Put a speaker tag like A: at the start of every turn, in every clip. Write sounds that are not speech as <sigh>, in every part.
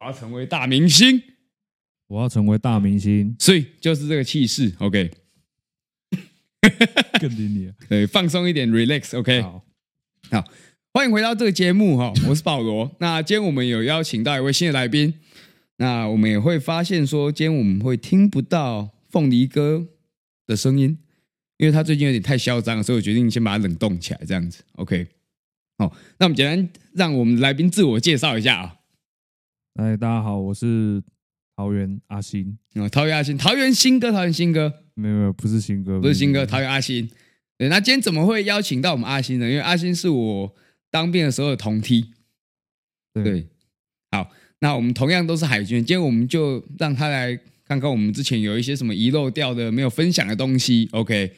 A: 我要成为大明星，，
B: 我要成为大明星
A: 所以就是这个气势。OK，
B: <laughs> 更理你。
A: 对，放松一点，relax，OK、
B: 好，
A: 欢迎回到这个节目哈，我是保罗。那今天我们有邀请到一位新的来宾，那我们也会发现说，今天我们会听不到凤梨哥的声音，因为他最近有点太嚣张了，所以我决定先把他冷冻起来，这样子。OK，好，那我们简单让我们来宾自我介绍一下啊。
B: 哎，大家好，我是桃园阿星，
A: 啊，桃园阿星，桃园新哥，桃园新哥，
B: 没有没有，不是新歌，
A: 不是新哥，
B: 歌，
A: 桃园阿星。对，那今天怎么会邀请到我们阿星呢？因为阿星是我当兵的时候的同梯。
B: 对，
A: 对，好，那我们同样都是海军，今天我们就让他来看看我们之前有一些什么遗漏掉的、没有分享的东西。OK，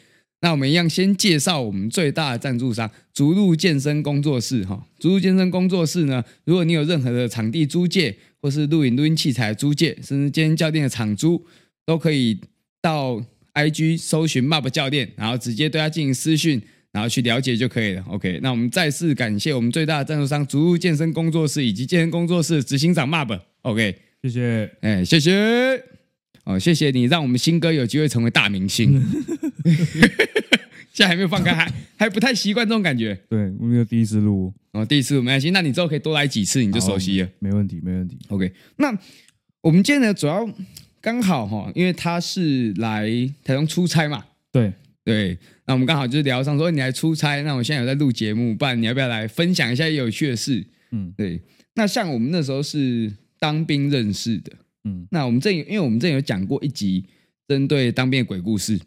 A: 那我们一样先介绍我们最大的赞助商——逐鹿健身工作室。哈，逐鹿健身工作室呢，如果你有任何的场地租借，或是录影录音器材租借，甚至健身教练的场租，都可以到 IG 搜寻 MUP 教练，然后直接对他进行私讯，然后去了解就可以了。OK，那我们再次感谢我们最大的赞助商逐鹿健身工作室以及健身工作室的执行长 MUP。OK，
B: 谢谢。
A: 哎，谢谢，哦，谢谢你让我们新哥有机会成为大明星。 <laughs> 现在还没有放开，还还不太习惯这种感觉。
B: 对，我们的第一次录，
A: 哦，第一次没关系，那你之后可以多来几次，你就熟悉了
B: 好。没问题，没问题。
A: OK，那我们今天呢，主要刚好哈，因为他是来台中出差嘛，
B: 对，
A: 对，那我们刚好就是聊上说哦你来出差，那我现在有在录节目，不然你要不要来分享一下有趣的事？
B: 嗯
A: 对，那像我们那时候是当兵认识的，
B: 嗯，
A: 那我们这因为我们这有讲过一集针对当兵的鬼故事，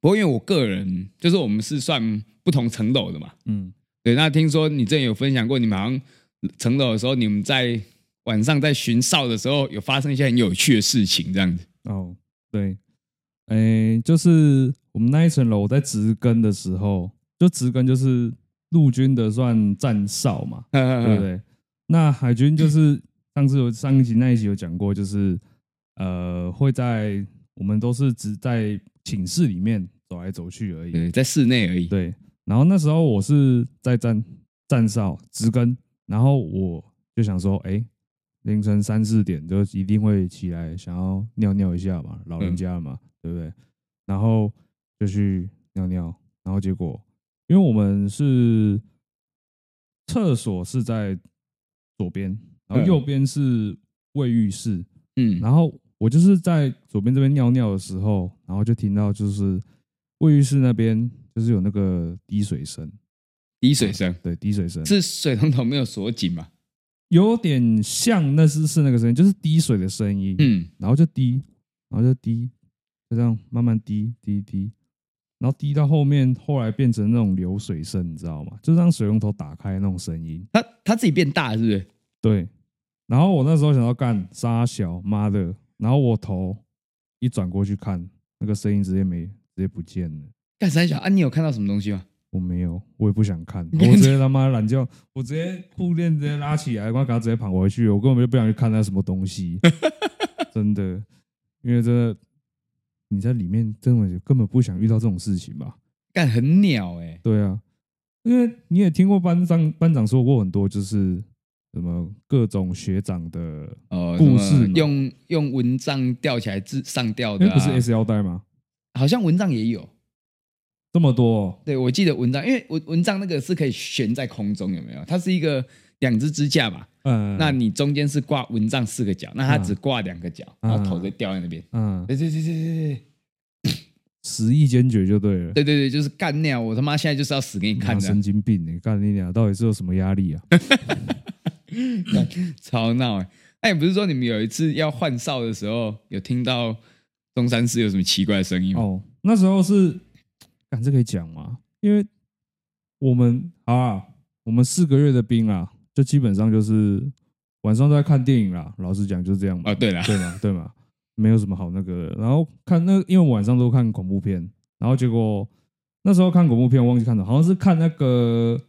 A: 不过因为我个人就是我们是算不同层楼的嘛，
B: 嗯，
A: 对，那听说你之前有分享过，你们好像层楼的时候，你们在晚上在巡哨的时候，有发生一些很有趣的事情，这样子。
B: 哦，对，哎，就是我们那一层楼在植根的时候，就植根就是陆军的算战哨嘛，
A: 嗯
B: 对不对？那海军就是上次有上一集那一集有讲过，就是呃会在我们都是只在寝室里面走来走去而
A: <laughs>
B: 已。
A: 对，在室内而已。
B: 对，然后那时候我是在站站哨直根，然后我就想说，哎，凌晨三四点就一定会起来想要尿尿一下嘛，老人家嘛，对不对？然后就去尿尿，然后结果因为我们是厕所是在左边，然后
A: 嗯
B: 右边是卫浴室，
A: 嗯，
B: 然后我就是在左边这边尿尿的时候，然后就听到就是卫浴室那边就是有那个滴水声，
A: 滴水声
B: 对，滴水声
A: 是水龙头没有锁紧嘛？
B: 有点像那是是那个声音，就是滴水的声音，
A: 嗯，
B: 然后就滴，然后就滴，就这样慢慢滴滴滴，然后滴到后面，后来变成那种流水声，你知道吗？就让水龙头打开那种声音，
A: 它它自己变大是不是？
B: 对。然后我那时候想要干沙小妈的，然后我头一转过去看，那个声音直接没直接不见了。
A: 干三小啊，你有看到什么东西吗？
B: 我没有，我也不想看，
A: 你看
B: 我直接他妈懒觉，我直接裤链直接拉起来，我给他直接跑回去，我根本就不想去看那什么东西，真的，因为真的你在里面根本就根本不想遇到这种事情吧？
A: 干很鸟哎、
B: 对啊，因为你也听过班长班长说过很多，就是什么各种学长的，
A: 哦，
B: 故
A: 什么
B: 事嘛
A: 用用蚊帐吊起来自上吊
B: 因
A: 的、
B: 为
A: 啊，
B: 不是 S 腰带吗？
A: 好像蚊帐也有。
B: 这么多哦、
A: 对，我记得蚊帐，因为蚊蚊帐那个是可以悬在空中，有没有？它是一个两只支架嘛，
B: 嗯，
A: 那你中间是挂蚊帐四个角，那它只挂两个角，
B: 嗯
A: 然后头在吊在那边。
B: 嗯，
A: 对对对对对对
B: 十意坚决就对了，
A: 对对对，就是干尿！我他妈现在就是要死给你看啊嗯
B: 妈
A: 的，
B: 神经病、欸，干你俩到底是有什么压力啊？
A: 超闹哎、那你不是说你们有一次要换哨的时候，有听到中山市有什么奇怪的声音吗？
B: 哦，那时候是，敢这可以讲吗？因为我们啊，我们四个月的兵啊，就基本上就是晚上都在看电影啦。老实讲，就是这样嘛。
A: 哦，对了，
B: 对嘛， <laughs> 对嘛，没有什么好那个的。然后看那，因为晚上都看恐怖片，然后结果那时候看恐怖片，我忘记看了，好像是看那个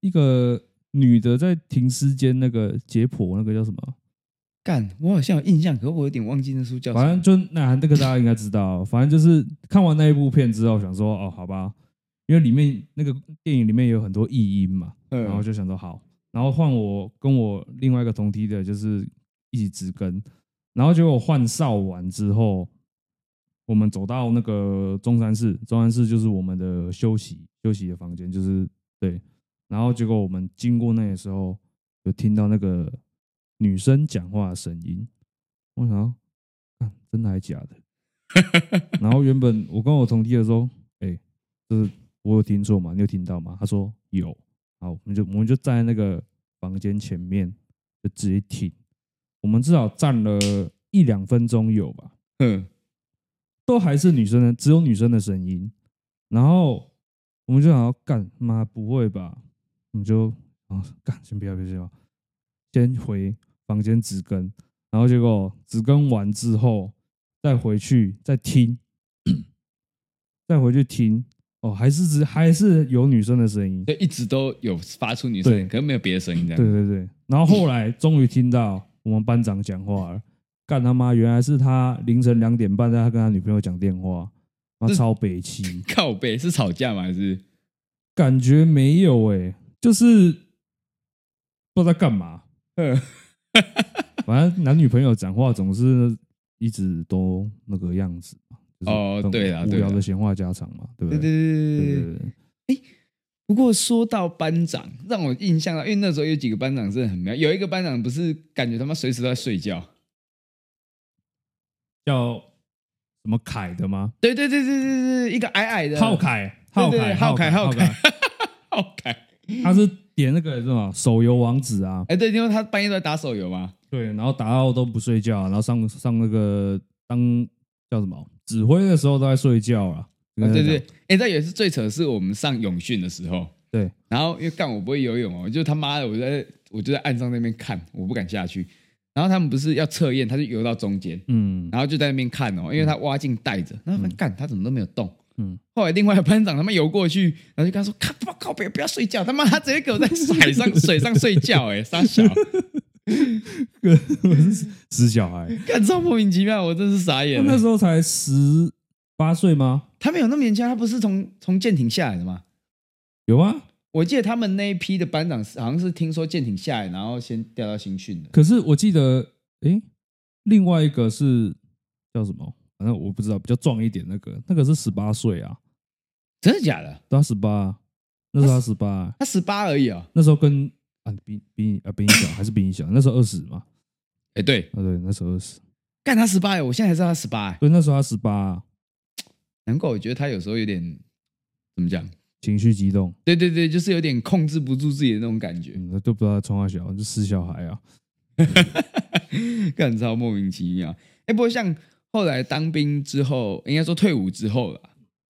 B: 一个女的在停尸间那个解剖，那个叫什么？
A: 干，我好像有印象，可我有点忘记那书叫什
B: 反
A: 么。
B: 正就那这个大家应该知道，反正就是看完那一部片之后，想说哦，好吧，因为里面那个电影里面有很多异音嘛，然
A: 嗯，
B: 后就想说好，然后换我跟我另外一个同梯的，就是一起直跟，然后结果换哨完之后，我们走到那个中山室，中山室就是我们的休息休息的房间，就是对，然后结果我们经过那的时候，有听到那个女生讲话的声音，我想要看真的还假的，然后原本我跟我同梯的说，哎、就是我有听错吗？你有听到吗？他说有。好，我们就我们就站在那个房间前面，就直接听。我们至少站了一两分钟有吧，
A: 嗯，
B: 都还是女生的，只有女生的声音。然后我们就想要干妈不会吧？我们就啊干，先不要，先不要，先回房间止更。然后结果止更完之后，再回去再听， <coughs> 再回去听。哦，还是只还是有女生的声音，
A: 就一直都有发出女声音，
B: 对
A: 可能没有别的声音这
B: 对
A: 样。
B: 对对，然后后来终于听到我们班长讲话了， <laughs> 干他妈，原来是他凌晨两点半在他跟他女朋友讲电话，妈
A: 这
B: 超北气，
A: 靠背是吵架吗？还是
B: <laughs> 感觉没有诶、就是不知道在干嘛，
A: 嗯，
B: 反正男女朋友讲话总是一直都那个样子嘛，就是
A: 哦
B: 这种
A: 对啦
B: 无
A: 对
B: 聊
A: 啦
B: 的闲话家常嘛，对不
A: 对对对
B: 对
A: 对
B: 对
A: 对
B: 对对，
A: 不过说到班长，让我印象到，因为那时候有几个班长真的很妙，有一个班长不是感觉他妈随时都在睡觉。
B: 叫什么凯的吗？
A: 对对对对对对，一个矮矮的
B: 浩，凯，
A: 对
B: 浩
A: 对对
B: 凯，
A: 浩凯
B: 浩
A: 浩凯
B: 凯，
A: 浩凯。
B: 他是点那个什么手游王子啊，
A: 哎，对，因为他半夜都在打手游嘛。
B: 对，然后打到都不睡觉，然后上上那个当叫什么指挥的时候都在睡觉了。
A: 啊对对
B: 对，
A: 哎，那有一次最扯的是我们上泳训的时候，
B: 对，
A: 然后因为干我不会游泳哦，我就他妈的我在我就在岸上那边看，我不敢下去。然后他们不是要测验，他就游到中间，
B: 嗯
A: 然后就在那边看哦，因为他挖镜带着，然后他干他怎么都没有动。 <laughs>
B: 嗯，
A: 后来另外的班长他们游过去，然后就跟他说：“靠，不靠别不要睡觉，他妈他直接给我在海上 <laughs> 水上睡觉、欸，哎，傻小，
B: 死小孩，
A: 干超莫名其妙，我真是傻
B: 他
A: 眼
B: 那
A: 了。
B: 时候才十八岁吗？
A: <laughs> 他没有那么年轻，他不是从从舰艇下来的吗？
B: 有啊，
A: 我记得他们那一批的班长是好像是听说舰艇下来，然后先调到新训的。
B: 可是我记得，诶，另外一个是叫什么？反正我不知道，比较壮一点那个，那个是十八岁啊，
A: 真的假的？
B: 对他十八，那时候他十八，
A: 他十八而已哦。
B: 那时候跟啊比比你啊比你小，还是比你小？那时候二十嘛，
A: 哎、对，
B: 啊对，那时候二十，
A: 干他十八，我现在还知道他十八，
B: 对，那时候他十八、啊，
A: 难怪我觉得他有时候有点怎么讲？
B: 情绪激动。
A: 对对对，就是有点控制不住自己的那种感 <laughs> 觉，
B: 嗯，那都不知道在冲他小，就死小孩啊。
A: 干超莫名其妙。哎、不过像后来当兵之后，应该说退伍之后啦，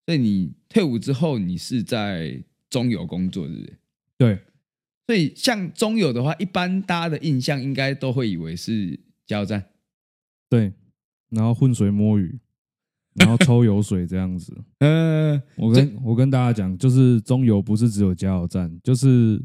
A: 所以你退伍之后你是在中油工作，对不对？
B: 对，
A: 所以像中油的话，一般大家的印象应该都会以为是加油站，
B: 对，然后浑水摸鱼，然后抽油水这样子。
A: 呃，
B: 我跟我跟大家讲，就是中油不是只有加油站，就是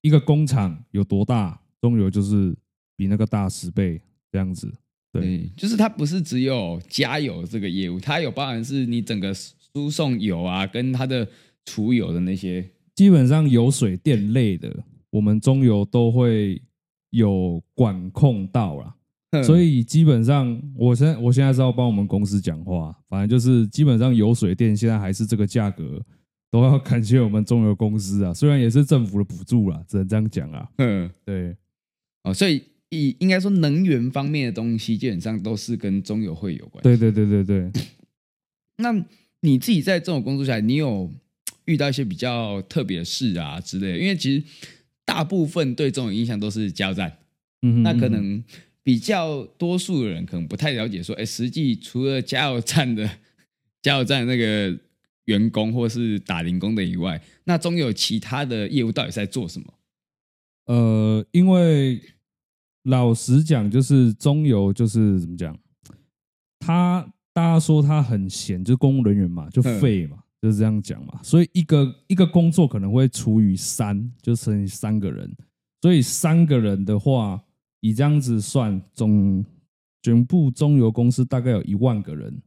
B: 一个工厂有多大，中油就是比那个大十倍这样子。对，
A: 对，嗯就是它不是只有加油这个业务，它有包含是你整个输送油啊，跟它的储油的那些，
B: 基本上油水电类的，我们中油都会有管控到啦。
A: 哼
B: 所以基本上，我现在我现在是要帮我们公司讲话，反正就是基本上油水电现在还是这个价格，都要感谢我们中油公司啊，虽然也是政府的补助啦，只能这样讲啊。
A: 嗯。
B: 对
A: 哦，所以以应该说能源方面的东西，基本上都是跟中油会有关。，
B: 对对对对对，
A: 那你自己在这种工作下来，你有遇到一些比较特别的事啊之类的？因为其实大部分对这种影响都是加油站，
B: 嗯哼，
A: 那可
B: 嗯
A: 能比较多数的人可能不太了解说，哎，实际除了加油站的 <laughs> 加油站那个员工或是打零工的以外，那中油其他的业务到底是在做什么？
B: 呃，因为老实讲，就是中油就是怎么讲，他大家说他很闲，就是公务人员嘛，就
A: 嗯
B: 废嘛，就是这样讲嘛。所以一个一个工作可能会除以三，就乘以三个人。所以三个人的话，以这样子算，总全部中油公司大概有一万个人，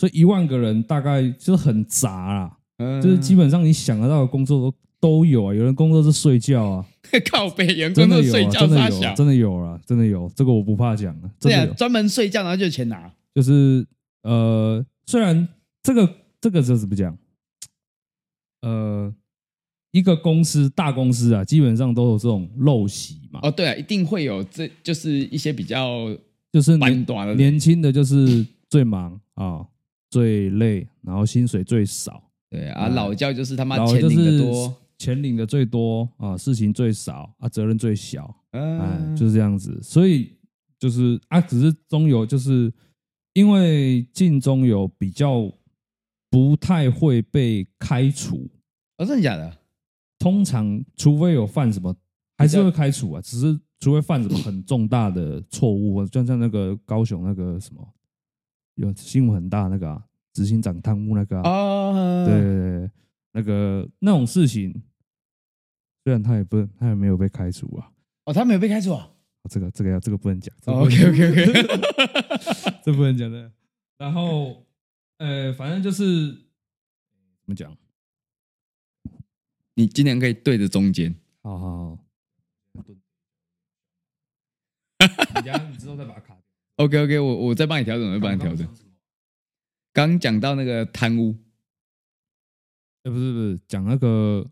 B: 所以一万个人大概就是很杂啦。
A: 嗯
B: 呃就是基本上你想得到的工作都都有啊，有人工作是睡觉啊，
A: <laughs> 靠背，员工
B: <laughs> 真的
A: 都
B: 有、
A: 睡
B: 啊，
A: 觉
B: 真的
A: 傻
B: 有、
A: 小
B: 啊，，真的有啊，真的有，这个我不怕讲啊，真
A: 对
B: 的
A: 啊，
B: 有，
A: 专门睡觉然后就有钱拿，
B: 啊就是呃，虽然这个这个这怎么讲，呃，一个公司大公司啊，基本上都有这种陋习嘛，
A: 哦，对啊，一定会有这，就是一些比较
B: 就是你
A: 板短的人，
B: 年轻的就是最忙啊、最累，然后薪水最少，
A: 对啊，
B: 嗯
A: 老教就是他妈
B: 然后
A: 钱
B: 就
A: 领的
B: 是
A: 多，
B: 钱领的最多啊，事情最少啊，责任最小，哎，
A: 嗯，
B: 就是这样子。所以就是啊，只是中游就是因为进中游比较不太会被开除，
A: 哦，真的假
B: 啊
A: 的？
B: 通常除非有犯什么，还是会开除啊，只是除非犯什么很重大的错误，或者就像那个高雄那个什么有新闻很大那个啊，执行长贪污那个啊，
A: 哦，
B: 对对，对，对那个那种事情，虽然他也不他也没有被开除啊，哦
A: 哦，他没有被开除啊。哦
B: 这个这个要这个不能讲、这个不能
A: OK OK OK，
B: 这不能讲的。然后，呃，反正就是怎么讲？
A: <laughs> 你尽量可以对着中间。
B: 好好好，你家你之后再把
A: <laughs>
B: 它卡掉，
A: OK OK，我我再帮你调整，我再帮你调整。刚讲到那个贪污，
B: 呃，不是不是，讲那个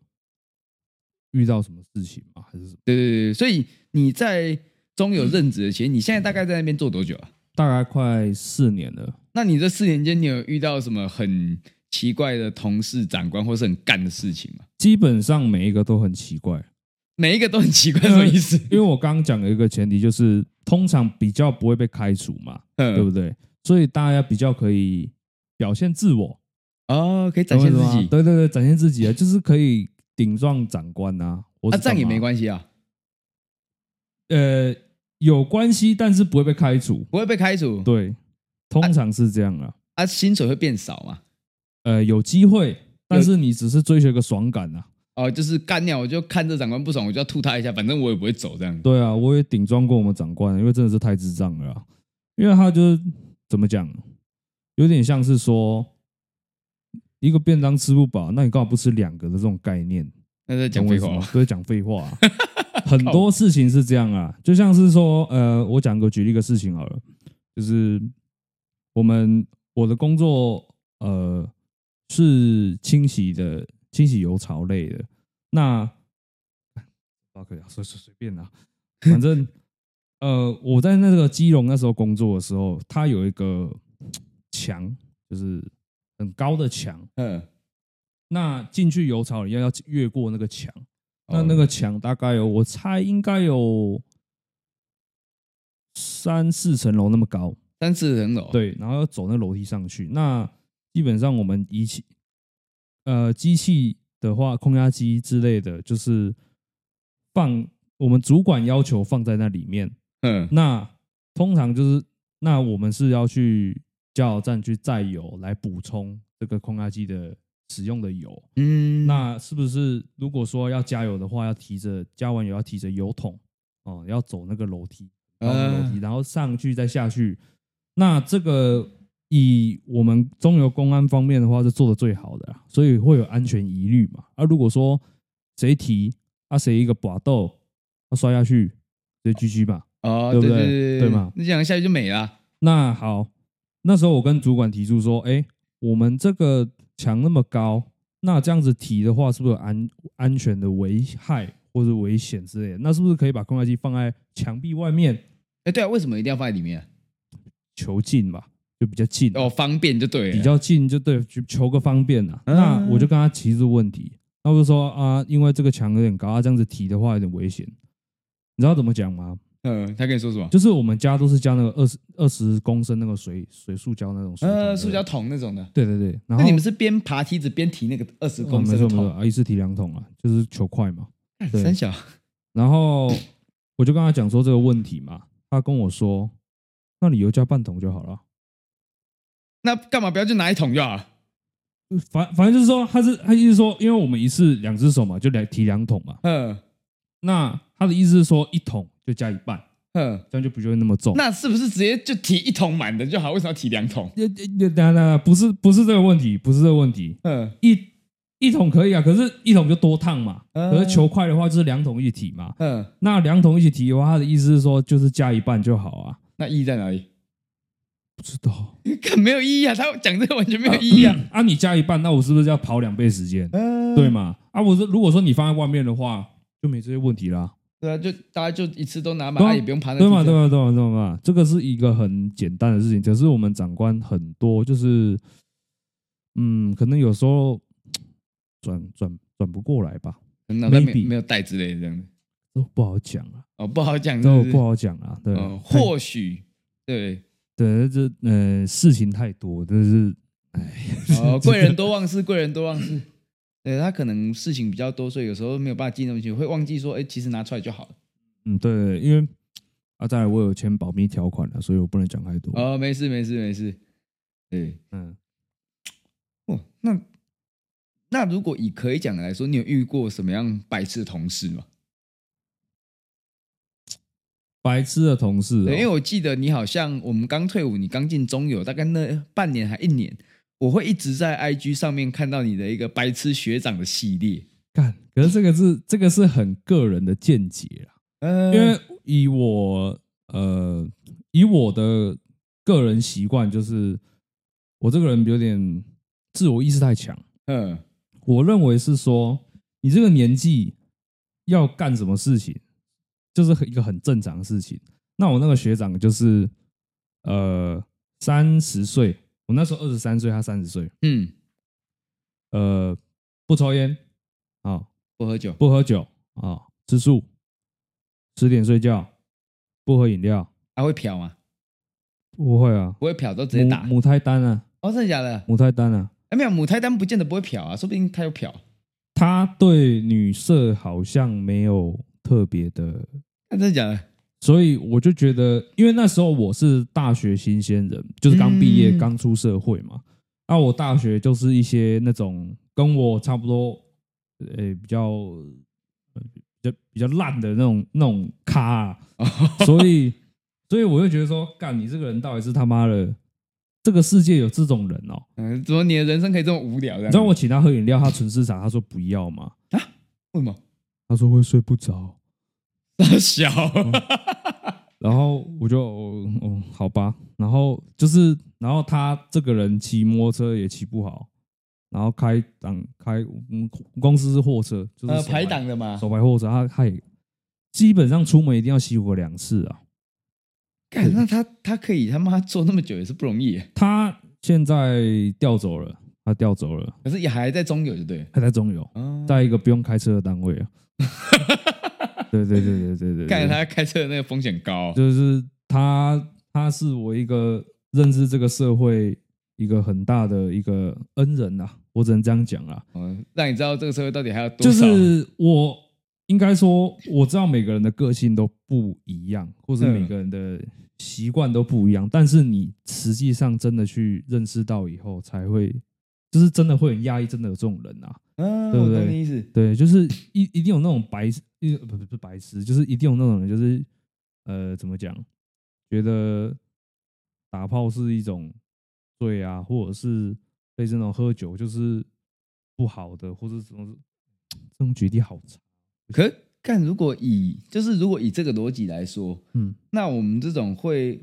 B: 遇到什么事情吗？还是什么？
A: 对对对，所以你在中有任职的前，你现在大概在那边做多久啊？
B: 大概快四年了。
A: 那你这四年间，你有遇到什么很奇怪的同事、长官，或是很干的事情吗？
B: 基本上每一个都很奇怪，
A: 每一个都很奇怪， <laughs> 什么意
B: <laughs>
A: 思？
B: 因为我刚刚讲的一个前提就是，通常比较不会被开除嘛，对
A: 嗯，
B: 不对？所以大家比较可以表现自我，
A: 哦，可以展现自
B: 懂我意思
A: 己
B: 吗，对对对，展现自己啊，就是可以顶撞长官啊。我
A: 啊，这样也没
B: 系，
A: 关系啊，
B: 呃，有关系，但是不会被开除。
A: 不会被开除，
B: 对，通常是这样啊。
A: 啊，薪水会变少嘛？
B: 呃，有机会，但是你只是追求一个爽感啊。
A: 哦，就是干掉，我就看这长官不爽，我就要吐他一下，反正我也不会走这样。
B: 对啊，我也顶撞过我们长官，因为真的是太智障了啊、因为他就是怎么讲，有点像是说一个便当吃不饱，那你干嘛不吃两个的这种概念？
A: 那在讲废话吗，
B: 都是讲废话啊、 <laughs> 很多事情是这样啊，就像是说，呃，我讲个举例一个事情好了，就是我们我的工作，呃，是清洗的，清洗油槽类的。那不可以啊，随随随便啊，反正呃，我在那个基隆那时候工作的时候，它有一个墙，就是很高的墙，
A: 嗯，
B: 那进去油槽里要要越过那个墙，那
A: 哦
B: 那个墙大概有，我猜应该有三四层楼那么高，
A: 三四层楼，，
B: 对，然后要走那楼梯上去。那基本上我们仪器，呃，机器的话，空压机之类的，就是放我们主管要求放在那里面。
A: 嗯，
B: 那通常就是，那我们是要去加油站去载油来补充这个空压机的使用的油。
A: 嗯，
B: 那是不是如果说要加油的话，要提着加完油要提着油桶哦，要走那个楼梯，然后楼梯，然后上去再下去。那这个以我们中油公安方面的话是做的最好的啊，所以会有安全疑虑嘛。啊，如果说谁提啊谁一个把豆，啊摔下去，直接 GG 嘛。
A: 哦，
B: 对不
A: 对
B: 对
A: 对
B: 对嘛
A: 那这样下去就没了。
B: 那好，那时候我跟主管提出说，哎，我们这个墙那么高，那这样子提的话，是不是有安安全的危害或者危险之类的？那是不是可以把空拍机放在墙壁外面
A: 哎，对啊，为什么一定要放在里面？
B: 求近吧，就比较近，
A: 哦，方便就对了。
B: 比较近就对，就求个方便啊。
A: 嗯
B: 那我就跟他提出问题，那我就说啊，因为这个墙有点高，啊、这样子提的话有点危险。你知道怎么讲吗？
A: 嗯，他跟你说什么？
B: 就是我们家都是加那个二十二十公升那个水水塑胶那种水桶
A: 呃，
B: 的
A: 塑胶桶那种的。
B: 对对对，然
A: 那
B: 后
A: 你们是边爬梯子边提那个二十
B: 哦
A: 公升
B: 没
A: 的
B: 错没错
A: 桶？
B: 啊，一次提两桶啊，就是求快嘛。
A: 干
B: 对
A: 三小，
B: 然后我就跟他讲说这个问题嘛，他跟我说，那你油加半桶就好了。
A: 那干嘛不要就拿一桶就好了？
B: 反反正就是说，他是他意思说，因为我们一次两只手嘛，就两提两桶嘛。
A: 嗯
B: 那他的意思是说，一桶就加一半，
A: 嗯，
B: 这样就不就会那么重。
A: 那是不是直接就提一桶满的就好？为什么要提两桶？
B: 呃呃呃等一下等一下，不是不是这个问题，不是这个问题，
A: 嗯
B: 一一桶可以啊，可是一桶就多趟嘛。
A: 嗯
B: 可是球快的话就是两桶一体嘛。
A: 嗯，
B: 那两桶一起提的话，他的意思是说就是加一半就好啊。
A: 那意义在哪里？ <laughs>
B: 不知道
A: 看没有意义啊！他讲这个完全没有意义啊！
B: <clears throat> 啊，你加一半，那我是不是要跑两倍时间？
A: 嗯，
B: 对嘛？啊，我说如果说你放在外面的话，就没这些问题啦。
A: 对啊，就大家就一次都拿
B: 对啊
A: 满，啊也不用爬那
B: 对嘛？
A: 梯子
B: 对嘛？对嘛？对嘛？这个是一个很简单的事情，可是我们长官很多就是，嗯，可能有时候转转转不过来吧，
A: 脑袋没
B: Maybe
A: 没有带之类的这样子。
B: 都不好讲啊，
A: 哦，不好讲，
B: 都
A: 是
B: 不
A: 好。
B: 好讲啊。对，
A: 嗯，
B: 太
A: 或许 <laughs> 对，
B: 对这呃事情太多，但是
A: 哦，贵人多忘事，贵人多忘事。 <laughs> 对他可能事情比较多，所以有时候没有办法记那么清楚，会忘记说，哎，其实拿出来就好了。
B: 嗯，对对，因为啊，当然我有签保密条款了，所以我不能讲太多。
A: 哦，没事，没事，没事。对，
B: 嗯，
A: 哦，那那如果以可以讲的来说，你有遇过什么样白痴的同事吗？
B: 白痴的同事、哦，
A: 对，因为我记得你好像我们刚退伍，你刚进中友，大概那半年还一年，我会一直在 IG 上面看到你的一个白痴学长的系列。
B: 干，可是这个是这个是很个人的见解啦，
A: 嗯
B: 因为以我呃以我的个人习惯，就是我这个人有点自我意识太强，
A: 嗯
B: 我认为是说你这个年纪要干什么事情，就是一个很正常的事情。那我那个学长就是呃三十岁，我那时候二十三岁，他三十岁，
A: 嗯，
B: 呃不抽烟啊、
A: 不喝酒，
B: 不喝酒啊、吃素，十点睡觉，不喝饮料，
A: 他、会嫖吗？
B: 不会啊，
A: 不会嫖都直接
B: 母
A: 打。
B: 母胎单啊，
A: 哦，真的假的？
B: 母胎单啊，
A: 哎，没有，母胎单不见得不会嫖啊，说不定他有嫖。
B: 他对女色好像没有特别的，
A: 那真的假的？
B: 所以我就觉得，因为那时候我是大学新鲜人，就是刚毕业、
A: 嗯
B: 刚出社会嘛，那、我大学就是一些那种跟我差不多，呃、比较。呃比较比较烂的那种那种咖、啊，所以， <laughs> 所以我就觉得说，干你这个人到底是他妈的，这个世界有这种人哦、
A: 嗯，怎么你的人生可以这么无聊？这
B: 你
A: 样
B: 知道我请他喝饮料，他纯市场，他说不要嘛，
A: 为什么？ <laughs>
B: 他说会睡不着，
A: 大小，
B: 嗯然后我就哦哦好吧，然后就是，然后他这个人骑摩托车也骑不好，然后开档开，嗯，公司是货车，就是
A: 呃，
B: 手排
A: 排档的嘛。
B: 手排货车，他他也基本上出门一定要熄火两次啊，
A: 干，那他他可以他妈做那么久也是不容易耶，
B: 他现在调走了，他调走了，
A: 可是也还在中友就对了。
B: 他在中油。
A: 嗯，
B: 在一个不用开车的单位啊。 <laughs> 对对对对对对
A: 看来
B: 对，
A: 他开车的那个风险高哦。
B: 就是他，他是我一个认知这个社会一个很大的一个恩人啊，我只能这样讲啊。
A: 嗯，让你知道这个社会到底还有多
B: 就
A: 少。
B: 是我应该说，我知道每个人的个性都不一样，或者
A: 嗯
B: 每个人的习惯都不一样，但是你实际上真的去认识到以后，才会就是真的会很压抑，真的有这种人啊。
A: 嗯，
B: 对
A: 我
B: 不对
A: 懂你意思。
B: 对，就是一一定有那种白痴，一不不是白痴，就是一定有那种人，就是呃，怎么讲，觉得打炮是一种罪啊，或者是类似那种喝酒就是不好的，或者什么这种举例好长，
A: 可看，如果以就是如果以这个逻辑来说，
B: 嗯，
A: 那我们这种会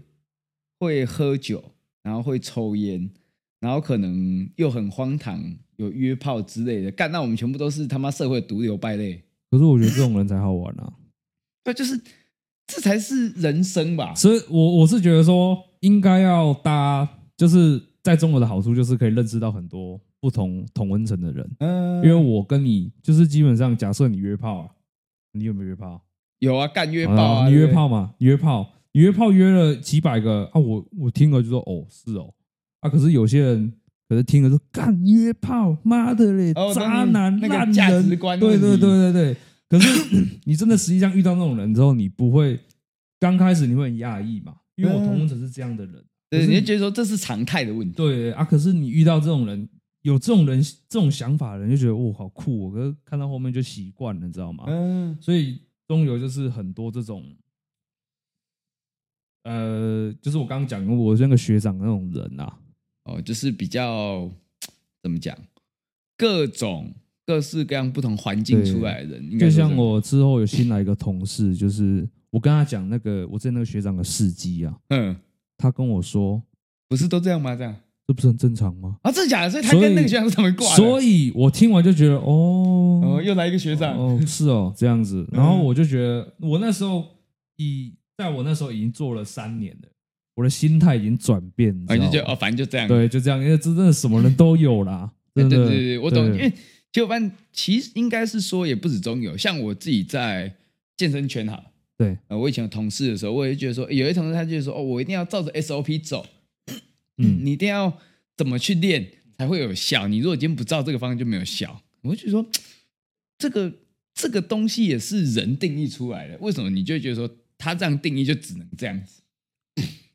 A: 会喝酒，然后会抽烟，然后可能又很荒唐，有约炮之类的，干，那我们全部都是他妈社会的毒瘤败类。
B: 可是我觉得这种人才好玩啊，
A: 对，就是这才是人生吧。
B: <clears throat> 所以我我是觉得说应该要搭，就是在中国的好处就是可以认识到很多不同同温层的人，
A: 嗯
B: 因为我跟你就是基本上，假设你约炮啊，你有没有约炮？
A: 有啊，干约炮啊，
B: 你
A: 对
B: 约
A: 不对，
B: 炮嘛？你约炮，你约炮约了几百个啊！我我听了就说哦是哦啊，可是有些人可是听了说干约炮，妈的嘞，
A: 哦
B: 渣男
A: 那个
B: 烂人，
A: 价值观
B: 对
A: 问题
B: 对对对对。可是 <coughs> 你真的实际上遇到那种人之后，你不会刚开始你会很压抑嘛？因为我
A: 嗯
B: 同温层是这样的人，
A: 对，
B: 可是
A: 你就觉得说这是常态的问题。
B: 对啊，可是你遇到这种人，有这种人这种想法的人，就觉得哦好酷、哦，可是看到后面就习惯了，你知道吗？
A: 嗯，
B: 所以中游就是很多这种，呃，就是我刚刚讲过我那个学长那种人啊，
A: 哦，就是比较怎么讲，各种各式各样不同环境出来的人，应该说
B: 就
A: 是
B: 像我之后有新来一个同事，就是我跟他讲那个我之前那个学长的事迹啊，
A: 嗯，
B: 他跟我说，
A: 不是都这样吗？这样
B: 这不是很正常吗？
A: 啊，真的假的？所以他
B: 所以
A: 跟那个学长是同一挂的，
B: 所以我听完就觉得，哦，
A: 哦，又来一个学长，
B: 哦，是哦，这样子。
A: 嗯
B: 然后我就觉得，我那时候以在我那时候已经做了三年了，我的心态已经转变，你
A: 啊，你就
B: 知
A: 觉
B: 道
A: 得
B: 吗
A: 哦，反正就这样，
B: 对，就这样，因为这真的什么人都
A: <laughs>
B: 有啦，
A: 对
B: 真
A: 对
B: 的，
A: 对对，我懂。因
B: 对
A: 为结果发现，其实应该是说也不止中友，像我自己在健身圈哈，
B: 对，
A: 呃，我以前有同事的时候，我也觉得说，有些同事他就说，哦，我一定要照着 SOP 走，
B: 嗯，
A: 你一定要怎么去练才会有效。你如果今天不照这个方向就没有效。我就觉得说，这个这个东西也是人定义出来的，为什么你就会觉得说他这样定义就只能这样子？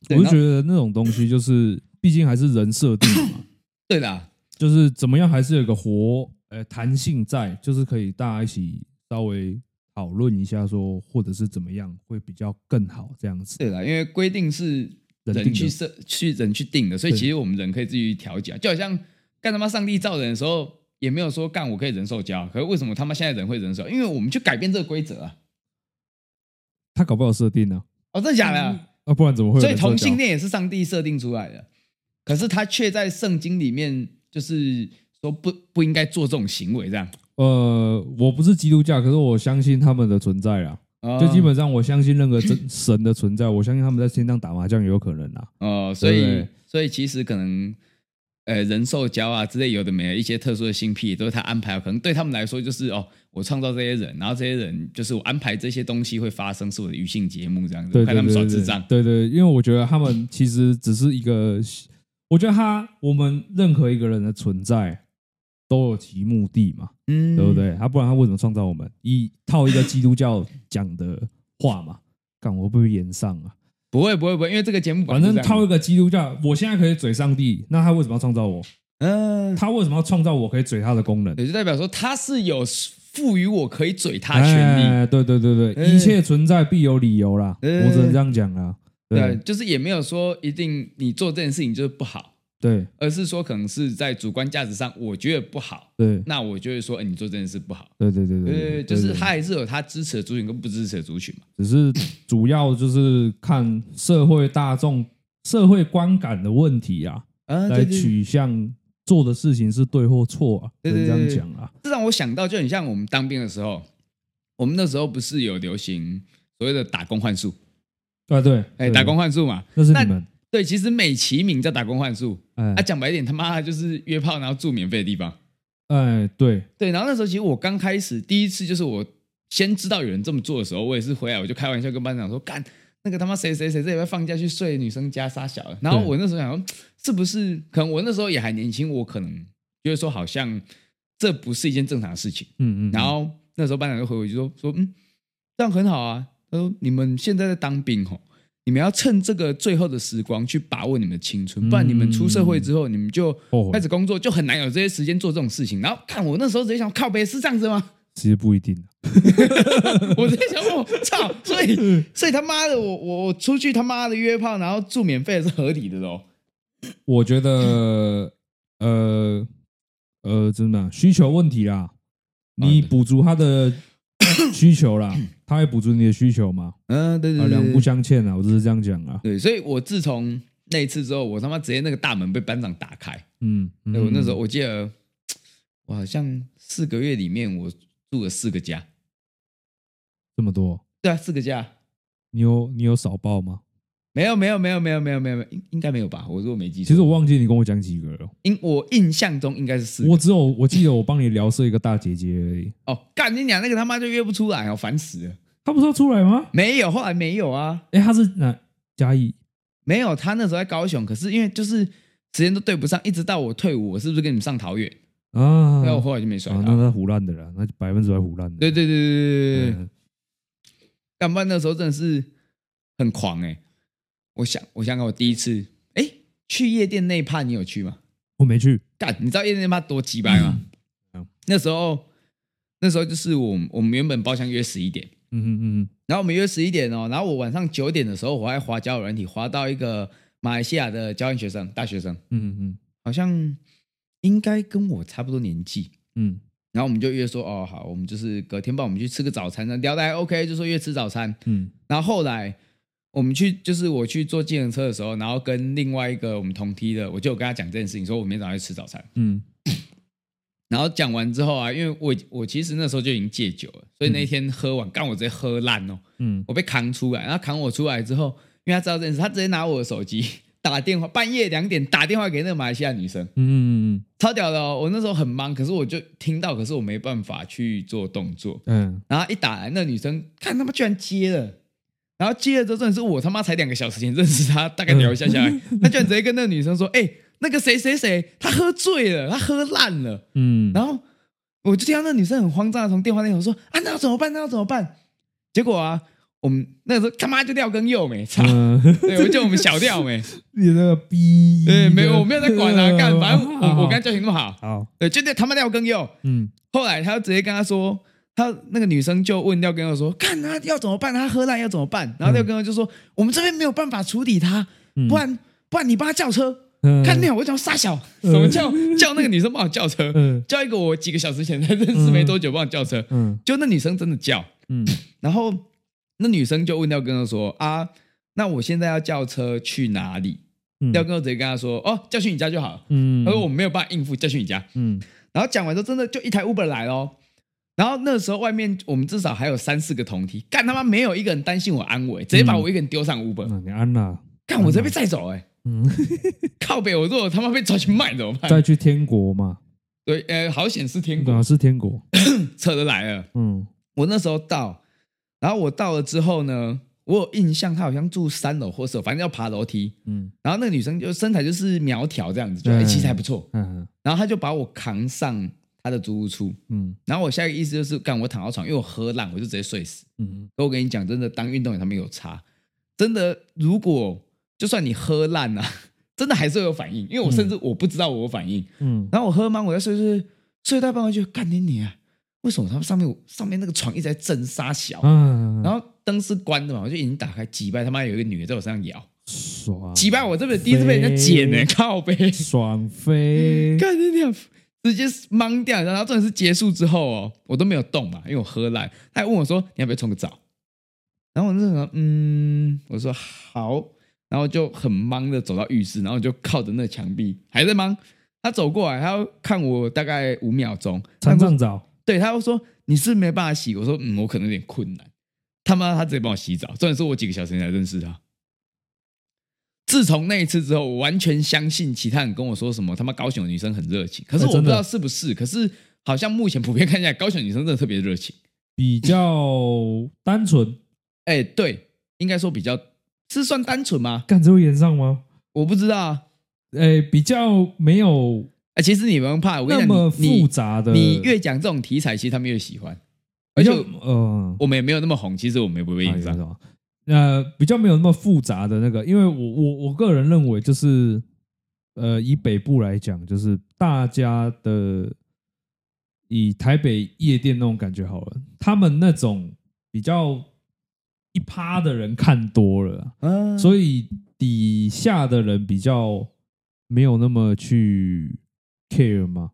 A: 对然
B: 我就
A: 后 <coughs>
B: 觉得那种东西就是，毕竟还是人设定的嘛，
A: 对啦，
B: 就是怎么样还是有一个活呃弹性在，就是可以大家一起稍微讨论一下说，或者是怎么样会比较更好这样子。
A: 对啦，因为规定是
B: 人
A: 人
B: 定
A: 去
B: 的
A: 设、去人去定的，所以
B: 对
A: 其实我们人可以自己去调啊节。就好像干他妈上帝造人的时候，也没有说干我可以人兽交，可是为什么他妈现在人会人兽？因为我们去改变这个规则啊！
B: 他搞不好设定呢、
A: 哦，真的假的？
B: 啊，不然怎么会有
A: 所以
B: 人设
A: 同
B: 交
A: 性恋也是上帝设定出来的，可是他却在圣经里面就是说不不应该做这种行为，这样。
B: 呃，我不是基督教，可是我相信他们的存在啦。
A: 哦
B: 就基本上，我相信任何真神的存在，我相信他们在天上打麻将也有可能啊啦。
A: 哦，所以
B: 对不对
A: 所以其实可能呃人兽交啊之类有的没的一些特殊的性癖都是他安排的，可能对他们来说就是哦，我创造这些人，然后这些人就是我安排这些东西会发生，是我的娱性节目这样子，
B: 对
A: 我
B: 对
A: 看他
B: 对
A: 们
B: 对
A: 耍
B: 对
A: 智障。
B: 对对，因为我觉得他们其实只是一个，我觉得他我们任何一个人的存在都有其目的嘛，
A: 嗯
B: 对不？对？他不然他为什么创造我们？一套一个基督教讲的话嘛，干我会不会延上啊？
A: 不会不会不会，因为这个节目本来
B: 反
A: 就
B: 正
A: 这样啊
B: 套一个基督教，我现在可以嘴上帝，那他为什么要创造我？
A: 嗯，
B: 他为什么要创造我可以嘴他的功能？
A: 也就代表说他是有赋予我可以嘴他的权利。
B: 哎对对对对，
A: 哎
B: 一切存在必有理由啦，
A: 哎
B: 我只能这样讲啦。
A: 对，
B: 对
A: 就是也没有说一定你做这件事情就是不好，
B: 对
A: 而是说可能是在主观价值上我觉得不好，
B: 对
A: 那我就会说，哎、你做这件事不好。
B: 对对对
A: 对对
B: 对，
A: 对，哎就是
B: 对
A: 他还是有他支持的族群跟不支持的族群嘛。
B: 只是主要就是看社会大众社会观感的问题啊，
A: 啊
B: 来，取向做的事情是对或错啊，只
A: 对对
B: 能这
A: 对
B: 样讲啊。
A: 这让我想到就很像我们当兵的时候，我们那时候不是有流行所谓的打工换宿，
B: 啊对，
A: 哎，
B: 对
A: 打工换宿嘛。
B: 那是
A: 那
B: 你们
A: 对，其实美其名叫打工换宿，
B: 哎
A: 啊，讲白一点，他妈的就是约炮然后住免费的地方。
B: 哎对
A: 对，然后那时候其实我刚开始第一次就是我先知道有人这么做的时候，我也是回来我就开玩笑跟班长说，干那个他妈谁谁谁这礼拜放假去睡女生家杀小了。然后我那时候想说，是不是可能我那时候也还年轻，我可能觉得说好像这不是一件正常的事情。
B: 嗯嗯，
A: 然后那时候班长就回我一句说说嗯，这样很好啊。他说你们现在在当兵吼，你们要趁这个最后的时光去把握你们的青春，不然你们出社会之后，你们就
B: 嗯后
A: 开
B: 悔
A: 始工作就很难有这些时间做这种事情。然后看我那时候直接想，靠北是这样子吗？ <laughs>
B: 其实不一定啊，
A: 我直接想，我操！所以
B: 嗯
A: 所以他妈的，我我我出去他妈的约炮，然后住免费的是合理的喽。
B: 我觉
A: 嗯
B: 得，呃呃，真的需求问题啦，你
A: 啊对
B: 补足
A: <coughs>
B: 他的需求啦，他会补足你的需求嘛？
A: 嗯，对对
B: 啊，两不相欠啊，我只是这样讲啊。
A: 对，所以我自从那一次之后，我他妈直接那个大门被班长打开。
B: 嗯，
A: 对
B: 嗯
A: 哎我那时候我记得，我好像四个月里面我住了四个家，
B: 这么多，
A: 对啊，四个家。
B: 你有你有少报吗？
A: 没有没有没有没有没有没有没有，应应该没有吧？我如果没记错，
B: 其实我忘记你跟我讲几个了，
A: 印我印象中应该是四个
B: 我只有我记得我帮你聊是一个大姐姐而已。
A: 哦，干你俩那个他妈就约不出来哦，烦死了。
B: 她不是要出来吗？
A: 没有，后来没有啊，
B: 哎，她是哪嘉义？
A: 没有。他那时候在高雄，可是因为就是时间都对不上，一直到我退伍，我是不是跟你们上桃园？
B: 啊，
A: 那、我
B: 啊，
A: 后来就没甩
B: 那
A: 他。
B: 她胡乱的啦，那就百分之百胡乱的。
A: 对对对对对对对，
B: 嗯
A: 干班那时候真的是很狂哎、我想，我想想，我第一次哎、去夜店那一趴，你有去吗？
B: 我没去。
A: 干，你知道夜店那趴多鸡掰吗？
B: 嗯
A: 那时候，那时候就是我们我们原本包厢约十一点，
B: 嗯嗯嗯
A: 然后我们约十一点哦，然后我晚上九点的时候，我还滑交友软体，滑到一个马来西亚的交换学生，大学生，
B: 嗯嗯嗯
A: 好像应该跟我差不多年纪，
B: 嗯
A: 然后我们就约说，哦，好，我们就是隔天帮我们去吃个早餐，那聊得还 OK，就说约吃早餐。
B: 嗯
A: 然后后来我们去，就是我去坐计程车的时候，然后跟另外一个我们同梯的，我就有跟他讲这件事情，说我明天早上去吃早餐。
B: 嗯
A: 然后讲完之后啊，因为我我其实那时候就已经戒酒了，所以那天喝完，干我直接喝烂哦，
B: 嗯，
A: 我被扛出来，然后扛我出来之后，因为他知道这件事，他直接拿我的手机打电话，半夜两点打电话给那个马来西亚女生，
B: 嗯
A: 超屌的哦！我那时候很忙，可是我就听到，可是我没办法去做动作，
B: 嗯
A: 然后一打来，那女生看他妈居然接了。然后接了之后，真的是我他妈才两个小时前认识她，大概聊一下下来，他居然直接跟那个女生说：“哎、那个谁谁谁，他喝醉了，他喝烂了。”
B: 嗯，
A: 然后我就听到那女生很慌张的从电话那头说：“啊，那要怎么办？那要怎么办？”结果啊，我们那时候他妈就廖根佑没操，
B: 嗯，
A: 对，我就我们小廖没，
B: 你那个逼，
A: 对，没有我没有在管啊，干，反正我我跟他
B: 刚
A: 交情那么好，
B: 好，
A: 对，就那他妈廖根佑。
B: 嗯
A: 后来他就直接跟他说，他那个女生就问廖根佑说：“看他要怎么办？他喝烂要怎么办？”然后廖根佑就说：“我们这边没有办法处理他，
B: 嗯
A: 不然不然你帮他叫车。”
B: 嗯
A: 看廖，我讲傻小，什么叫叫那个女生帮我叫车？
B: 嗯
A: 叫一个我几个小时前才认识没多久，帮我叫车，
B: 嗯
A: 就那女生真的叫，
B: 嗯
A: 然后那女生就问廖根佑说啊，那我现在要叫车去哪里？
B: 嗯，
A: 廖根佑直接跟他说哦，叫去你家就好。
B: 嗯，
A: 他说我没有办法应付，叫去你家。
B: 嗯
A: 然后讲完之后，真的就一台 Uber 来咯。然后那时候外面我们至少还有三四个同梯，干他妈没有一个人担心我安危，直接把我一个人丢上 Uber，、
B: 嗯，你安娜，
A: 干我直接被载走哎、
B: 嗯，
A: 靠北，我如果他妈被抓去卖怎么办？
B: 再去天国嘛，
A: 对，呃，好险是天
B: 啊
A: 国
B: 是天国，
A: 扯得来了。
B: 嗯
A: 我那时候到，然后我到了之后呢，我有印象，她好像住三楼或是反正要爬楼梯。
B: 嗯
A: 然后那个女生就身材就是苗条这样子，就、
B: 嗯
A: 哎其实还不错。
B: 嗯
A: 然后她就把我扛上她的租屋处，
B: 嗯
A: 然后我下一个意思就是，干我躺到床，因为我喝烂，我就直接睡死。
B: 嗯
A: 可我跟你讲，真的当运动员他们有差，真的如果就算你喝烂了、 <laughs> 真的还是会有反应，因为我甚至我不知道我有反应。
B: 嗯
A: 然后我喝满，我在睡睡睡睡到半夜就干你你啊！为什么他们上面我上面那个床一直在震沙小？
B: 嗯，
A: 然
B: 后
A: 后灯是关的嘛，我就已经打开，击败他妈有一个女的在我身上咬，
B: 爽，
A: 击败我这边第一次被人家剪呢、
B: 飞
A: 靠背，
B: 爽飞，
A: 看你俩直接懵掉，然后重点是结束之后哦，我都没有动嘛，因为我喝烂，他还问我说你要不要冲个澡，然后我那时候嗯，我说好，然后就很懵的走到浴室，然后就靠着那墙壁还在懵，他走过来，他要看我大概五秒钟，
B: 残
A: 他说
B: 障澡，
A: 对，他又说你是不是没办法洗，我说嗯，我可能有点困难。他妈，他直接帮我洗澡，重点是我几个小时前才认识他。自从那一次之后，我完全相信其他人跟我说什么他妈高雄的女生很热情，可是
B: 哎
A: 我不
B: 真
A: 知
B: 的
A: 道是不是，可是好像目前普遍看起来，高雄女生真的特别热情。
B: 比较单纯，
A: 哎，对，应该说比较是算单纯吗？
B: 干这会演上吗？
A: 我不知道啊。
B: 诶，哎比较没有
A: 哎，其实你不用怕，我跟
B: 那
A: 你
B: 么
A: 讲，
B: 复
A: 你
B: 杂的，
A: 你你越讲这种题材，其实他们越喜欢，
B: 比
A: 而且
B: 较嗯，
A: 我们也没有那么红，其实我们也不会
B: 啊
A: 印
B: 有
A: 象
B: 那。种呃，比较没有那么复杂的那个，因为我我我个人认为就是，呃，以北部来讲，就是大家的以台北夜店那种感觉好了，他们那种比较一趴的人看多了啊，
A: 嗯
B: 所以底下的人比较没有那么去 care 嘛。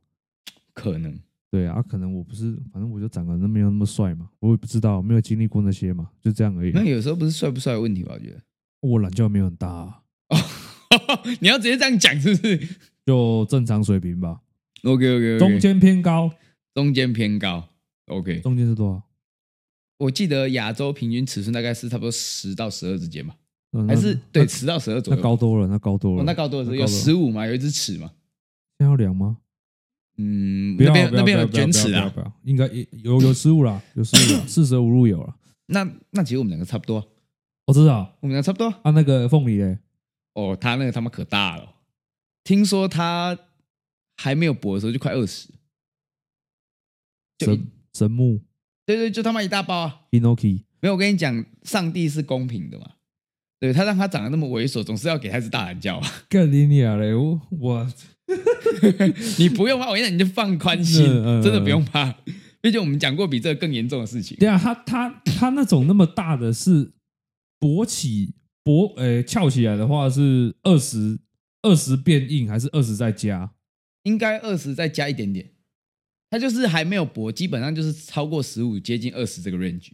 A: 可能
B: 对啊，可能我不是，反正我就长得那没有那么帅嘛，我也不知道，没有经历过那些嘛，就这样而已啊。
A: 那有时候不是帅不帅的问题吧？我觉
B: <laughs>
A: 得，
B: 我懒觉没有很大、啊，
A: 你要直接这样讲是不是
B: 就正常水平吧，
A: ？OK OK，,
B: 中间偏高，
A: 中间偏高。OK，
B: 中间是多少？
A: 我记得亚洲平均尺寸大概是差不多十到十二之间吧，
B: 嗯
A: 还是
B: 那
A: 对
B: 那
A: 十到十二左
B: 那
A: 右。
B: 高多了，那高多了，
A: 哦，那高多的是
B: 那
A: 有
B: 多了
A: 十五嘛，有一只尺嘛。
B: 现在要量吗？
A: 嗯，
B: 不
A: 那
B: 要
A: 边
B: 不要
A: 那边有
B: 不要
A: 卷
B: 不要
A: 尺
B: 不要
A: 啊。
B: 不要，应该也有有失误啦，有失误啦，四舍五入有了。
A: 那那其实我们两个差不多啊，
B: 我知道
A: 我们俩差不多啊。
B: 啊，那个凤梨嘞，
A: 哦，他那个他妈可大了哦，听说他还没有勃的时候就快二十，就一
B: 神神木
A: 对对，就他妈一大包啊。
B: Inoki，
A: 没有，我跟你讲，上帝是公平的嘛。对他让他长得那么猥琐，总是要给他一只大懒觉啊！
B: 干你娘嘞！我我
A: <laughs> 你不用怕，我跟你讲，你就放宽心，
B: 嗯嗯
A: 真的不用怕。毕竟我们讲过比这个更严重的事情。
B: 对啊，他他他那种那么大的是勃起勃呃翘起来的话是二十二十变硬还是二十再加？
A: 应该二十再加一点点，它就是还没有薄，基本上就是超过十五，接近二十这个 range。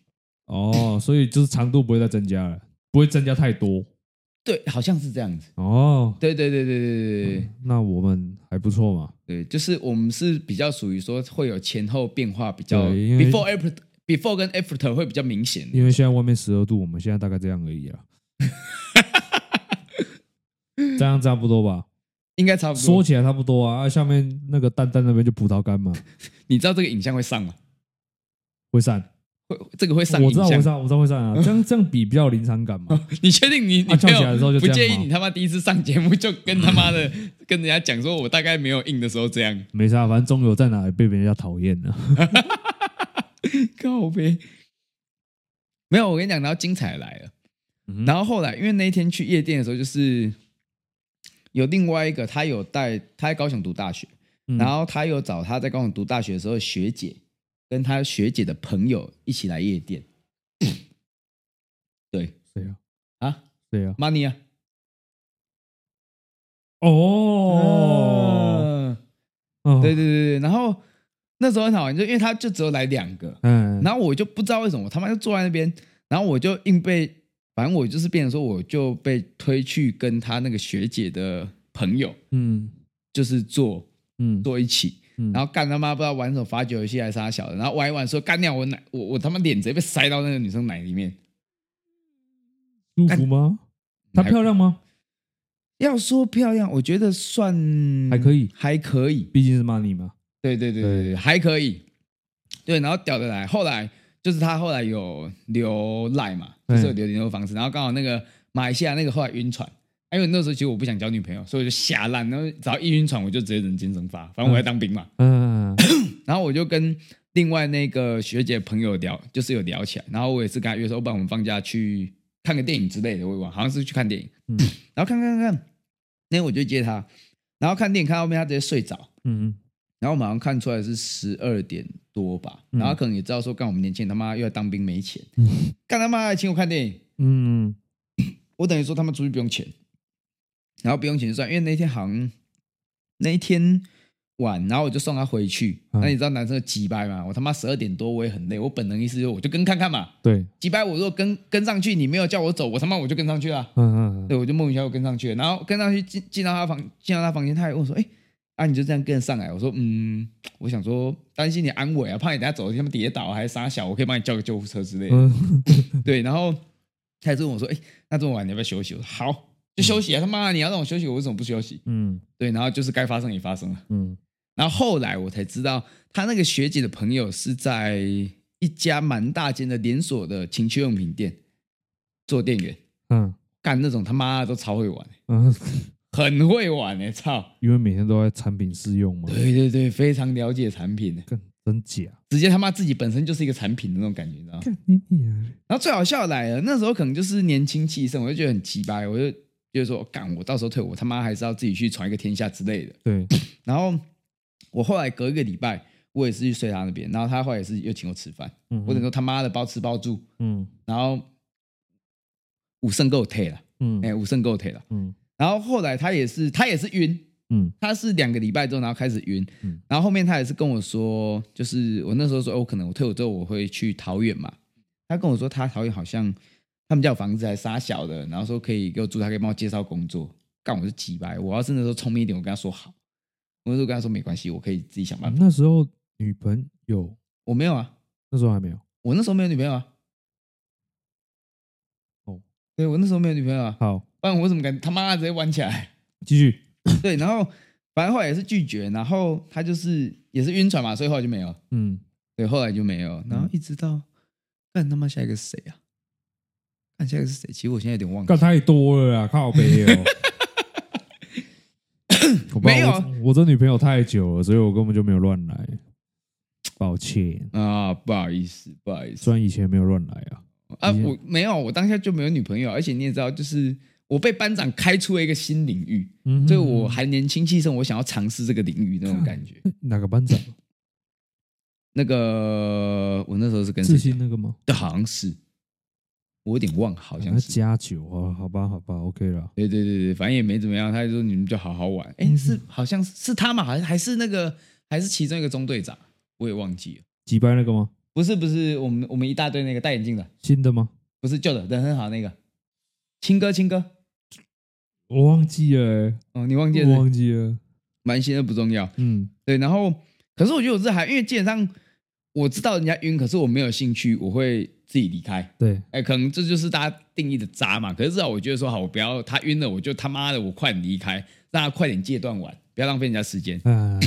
B: 哦，所以就是长度不会再增加了，不会增加太多。
A: 对，好像是这样子。
B: 哦，
A: 对对对对对对对、
B: 那我们还不错嘛。
A: 对，就是我们是比较属于说会有前后变化比较
B: 对因为
A: ，before after before 跟 after 会比较明显。
B: 因为现在外面十二度，我们现在大概这样而已啊啦，这样差不多吧。
A: 应该差不
B: 说
A: 多。
B: 起来差不多啊，啊下面那个蛋蛋那边就葡萄干嘛，
A: 你知道这个影像会上吗？
B: 会散。
A: 会这个 <laughs> 会上
B: 我
A: 影
B: 知道，我
A: 像
B: 知。道，我知道
A: <laughs>
B: 会散啊。这样这样比比较有临场感嘛。
A: 你确定你你
B: 啊
A: 没
B: 跳起来的时候
A: 有
B: 就
A: 不
B: 这样
A: 介意
B: 吗
A: 你他妈第一次上节目就跟他妈的 <laughs> 跟人家讲说，我大概没有硬的时候这样 <laughs>
B: 没啥，反正中游在哪里被别人家讨厌了。
A: 告呗。没有，我跟你讲，然后精彩来了。
B: 嗯哼
A: 然后后来，因为那一天去夜店的时候，就是有另外一个，他有带他在高雄读大学，
B: 嗯
A: 然后他有找他在高雄读大学的时候的学姐跟他学姐的朋友一起来夜店。对
B: 谁呀？
A: 啊
B: 谁呀？
A: ，money 啊，
B: 哦，
A: 嗯
B: 哦
A: 对对，对对，然后那时候很好玩，就因为他就只有来两个，
B: 嗯，
A: 然后我就不知道为什么，我他妈就坐在那边，然后我就硬被，反正我就是变成说，我就被推去跟他那个学姐的朋友，
B: 嗯
A: 就是坐
B: 嗯
A: 坐一起，
B: 嗯，
A: 然后干他妈不知道玩什么罚酒游戏还是啥小的，然后玩一玩说干掉我奶，我我他妈脸直接被塞到那个女生奶里面。
B: 舒服吗？她漂亮吗？
A: 要说漂亮，我觉得算
B: 还可以
A: 还可以，
B: 毕竟是 money 嘛。
A: 对对对对对，还可以。对，然后屌得来，后来就是他后来有留赖嘛，就是有留联络方式，然后刚好那个马来西亚那个后来晕船，因为那时候其实我不想交女朋友，所以我就下烂，然后只要一晕船我就直接人间蒸发，反正我在当兵嘛，
B: 嗯，
A: 然后我就跟另外那个学姐朋友聊，就是有聊起来，然后我也是跟她约说，哦不然我们放假去看个电影之类的，我也忘了，好像是去看电影，
B: 嗯
A: 然后看看看看，那天我就接她，然后看电影看到后面她直接睡着。
B: 嗯
A: 然后我马上看出来是十二点多吧，
B: 嗯
A: 然后他可能也知道说，干我们年轻人他妈又要当兵没钱，
B: 嗯
A: 干他妈还请我看电影，
B: 嗯
A: 我等于说他们出去不用钱，然后不用钱就算，因为那天好像那一天晚，然后我就送他回去。
B: 嗯
A: 那你知道男生的鸡掰吗？我他妈十二点多我也很累，我本能意思就是我就跟看看嘛，
B: 对，
A: 鸡掰我如果跟跟上去，你没有叫我走，我他妈我就跟上去啊了。
B: 嗯嗯
A: 对，我就莫名其妙跟上去了，然后跟上去进进到他房，进到他房间，他还问我说：“哎、啊，你就这样跟着上来？”我说：“嗯，我想说担心你安危啊，怕你等下走他们跌倒啊还是傻小，我可以帮你叫个救护车之类的。
B: 嗯，
A: 对，然后他还是问我说：“哎、那这么晚你要不要休息？”我说：“好，就休息啊！他妈的，你要让我休息，我为什么不休息
B: 嗯？”
A: 对，然后就是该发生也发生了。
B: 嗯
A: 然后后来我才知道，他那个学姐的朋友是在一家蛮大间的连锁的情趣用品店做店员，
B: 嗯
A: 干那种他妈的都超会玩。
B: 嗯，
A: 很会玩哎、操！
B: <laughs> 因为每天都在产品试用嘛，
A: 对对对，非常了解产品、欸，
B: 干真假？
A: 直接他妈自己本身就是一个产品的那种感觉，你知道吗？
B: 干你娘！
A: 然后最好笑的来了，那时候可能就是年轻气盛，我就觉得很鸡掰，我就就是说，干我到时候退伍，我他妈还是要自己去闯一个天下之类的。
B: 对，
A: 然后我后来隔一个礼拜，我也是去睡他那边，然后他后来也是又请我吃饭，
B: 嗯
A: 我等说他妈的包吃包住，
B: 嗯
A: 然后武圣给我退了，
B: 嗯
A: 哎、武圣给我退了。
B: 嗯
A: 然后后来他也是他也是晕，
B: 嗯
A: 他是两个礼拜之后，然后开始晕，
B: 嗯
A: 然后后面他也是跟我说，就是我那时候说，哦，可能我退伍之后我会去桃园嘛，他跟我说他桃园好像他们家有房子还杀小的，然后说可以给我住，他可以帮我介绍工作，干我就几百，我要是那时候聪明一点，我跟他说好，我那时候跟他说没关系，我可以自己想办法，
B: 那时候女朋友
A: 我没有啊，
B: 那时候还没有，
A: 我那时候没有女朋友啊，
B: 哦，
A: 对我那时候没有女朋友啊，
B: 好，
A: 不然我怎么敢他妈的直接玩起来？
B: 继续。
A: 对，然后反正后来也是拒绝，然后他就是也是晕船嘛，所以后来就没有了。
B: 嗯，
A: 对，后来就没有，然后一直到干他妈下一个是谁啊？看下一个是谁？其实我现在有点忘记
B: 干。太多了啦，靠北
A: <laughs>
B: 哦。我不知道
A: 没有
B: 我我这女朋友太久了，所以我根本就没有乱来，抱歉。
A: 啊，不好意思，不好意思
B: 虽然以前没有乱来啊，
A: 啊，
B: 你
A: 我没有，我当下就没有女朋友，而且你也知道，就是我被班长开出了一个新领域，
B: 嗯，
A: 所以我还年轻气盛，我想要尝试这个领域那种感觉。
B: 哪个
A: <laughs>
B: 班长？
A: 那个我那时候是跟
B: 志
A: 谁？
B: 新那个吗？
A: 对，好像是，我有点忘，好
B: 啊
A: 像
B: 那
A: 是。
B: 加九啊，好吧，好吧，OK 了。
A: 对对对对，反正也没怎么样，他就说你们就好好玩。哎，是好像是是他嘛，还还是那个还是其中一个中队长。我也忘记了。
B: 几班那个吗？
A: 不是不是，我们我们一大堆那个戴眼镜的，
B: 新的吗？
A: 不是旧的，人很好那个，青哥青哥，
B: 我忘记了欸、
A: 哦，你忘记
B: 我
A: 了，
B: 忘记了。
A: 蛮新的不重要。
B: 嗯，
A: 对，然后可是我觉得我这还因为基本上我知道人家晕，可是我没有兴趣，我会自己离开。
B: 对，
A: 哎，可能这就是大家定义的渣嘛。可是至少我觉得说好，我不要他晕了，我就他妈的我快点离开，让他快点戒断完，不要浪费人家时间。
B: 啊，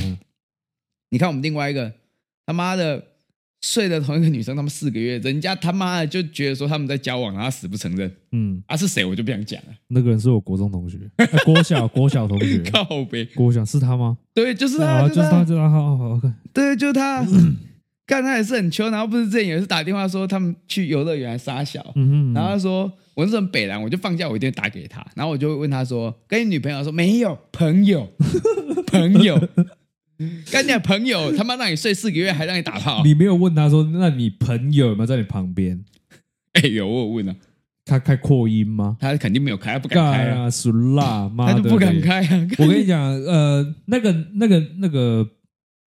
A: 你看我们另外一个他妈的睡了同一个女生，他们四个月，人家他妈的就觉得说他们在交往，然后他死不承认
B: 嗯，
A: 啊是谁我就不想讲了，
B: 那个人是我国中同 <laughs> 学，哎国小国小同学，
A: <laughs> 靠呗，
B: 国小是他吗？
A: 对，就是
B: 啊，
A: 他，
B: 就是他，嗯就是他，好嗯好好看。
A: 对，就是他，看他也是很穷，然后不是之前有一次打电话说他们去游乐园还杀小，
B: 嗯哼，
A: 然后他说我是很北兰，我就放假我一定会打给他，然后我就会问他说跟你女朋友说没有朋友朋
B: <laughs>
A: 友，跟你讲啊朋友他妈让你睡四个月还让你打
B: <laughs>
A: 炮，
B: 你没有问他说，那你朋友有没有在你旁边？
A: 哎呦我有问啊，
B: 他开扩音吗？
A: 他肯定没有开，他不敢开
B: 干
A: 啊，
B: 啊，俗辣，妈
A: 他
B: 的，
A: 就不敢。开啊，
B: 我跟你讲，呃，那个、那个、那个、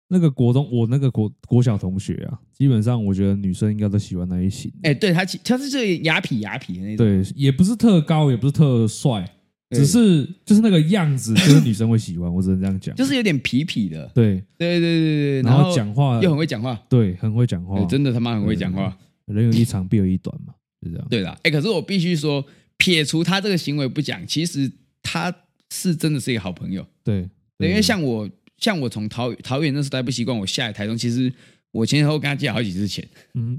B: 那个国中，我那个国国小同学啊，基本上我觉得女生应该都喜欢那一型。
A: <laughs> 哎、对他其他是这个雅痞雅痞的那种，
B: 对，也不是特高，也不是特帅，只是就是那个样子，就是女生会喜欢。我只能这样讲。
A: 就是有点痞痞的，
B: 对，
A: 对对对对对，
B: 然
A: 后
B: 后讲话
A: 又很会讲话，
B: 对，很会讲话
A: 哎，真的他妈很会讲话。
B: 人有一长必有一短嘛，就这样。
A: 对啦，哎、可是我必须说，撇除他这个行为不讲，其实他是真的是一个好朋友。
B: 对，
A: 对，因为像我，像我从桃桃园那时候待不习惯，我下来台中，其实我前前后后跟他借了好几次钱，
B: 嗯，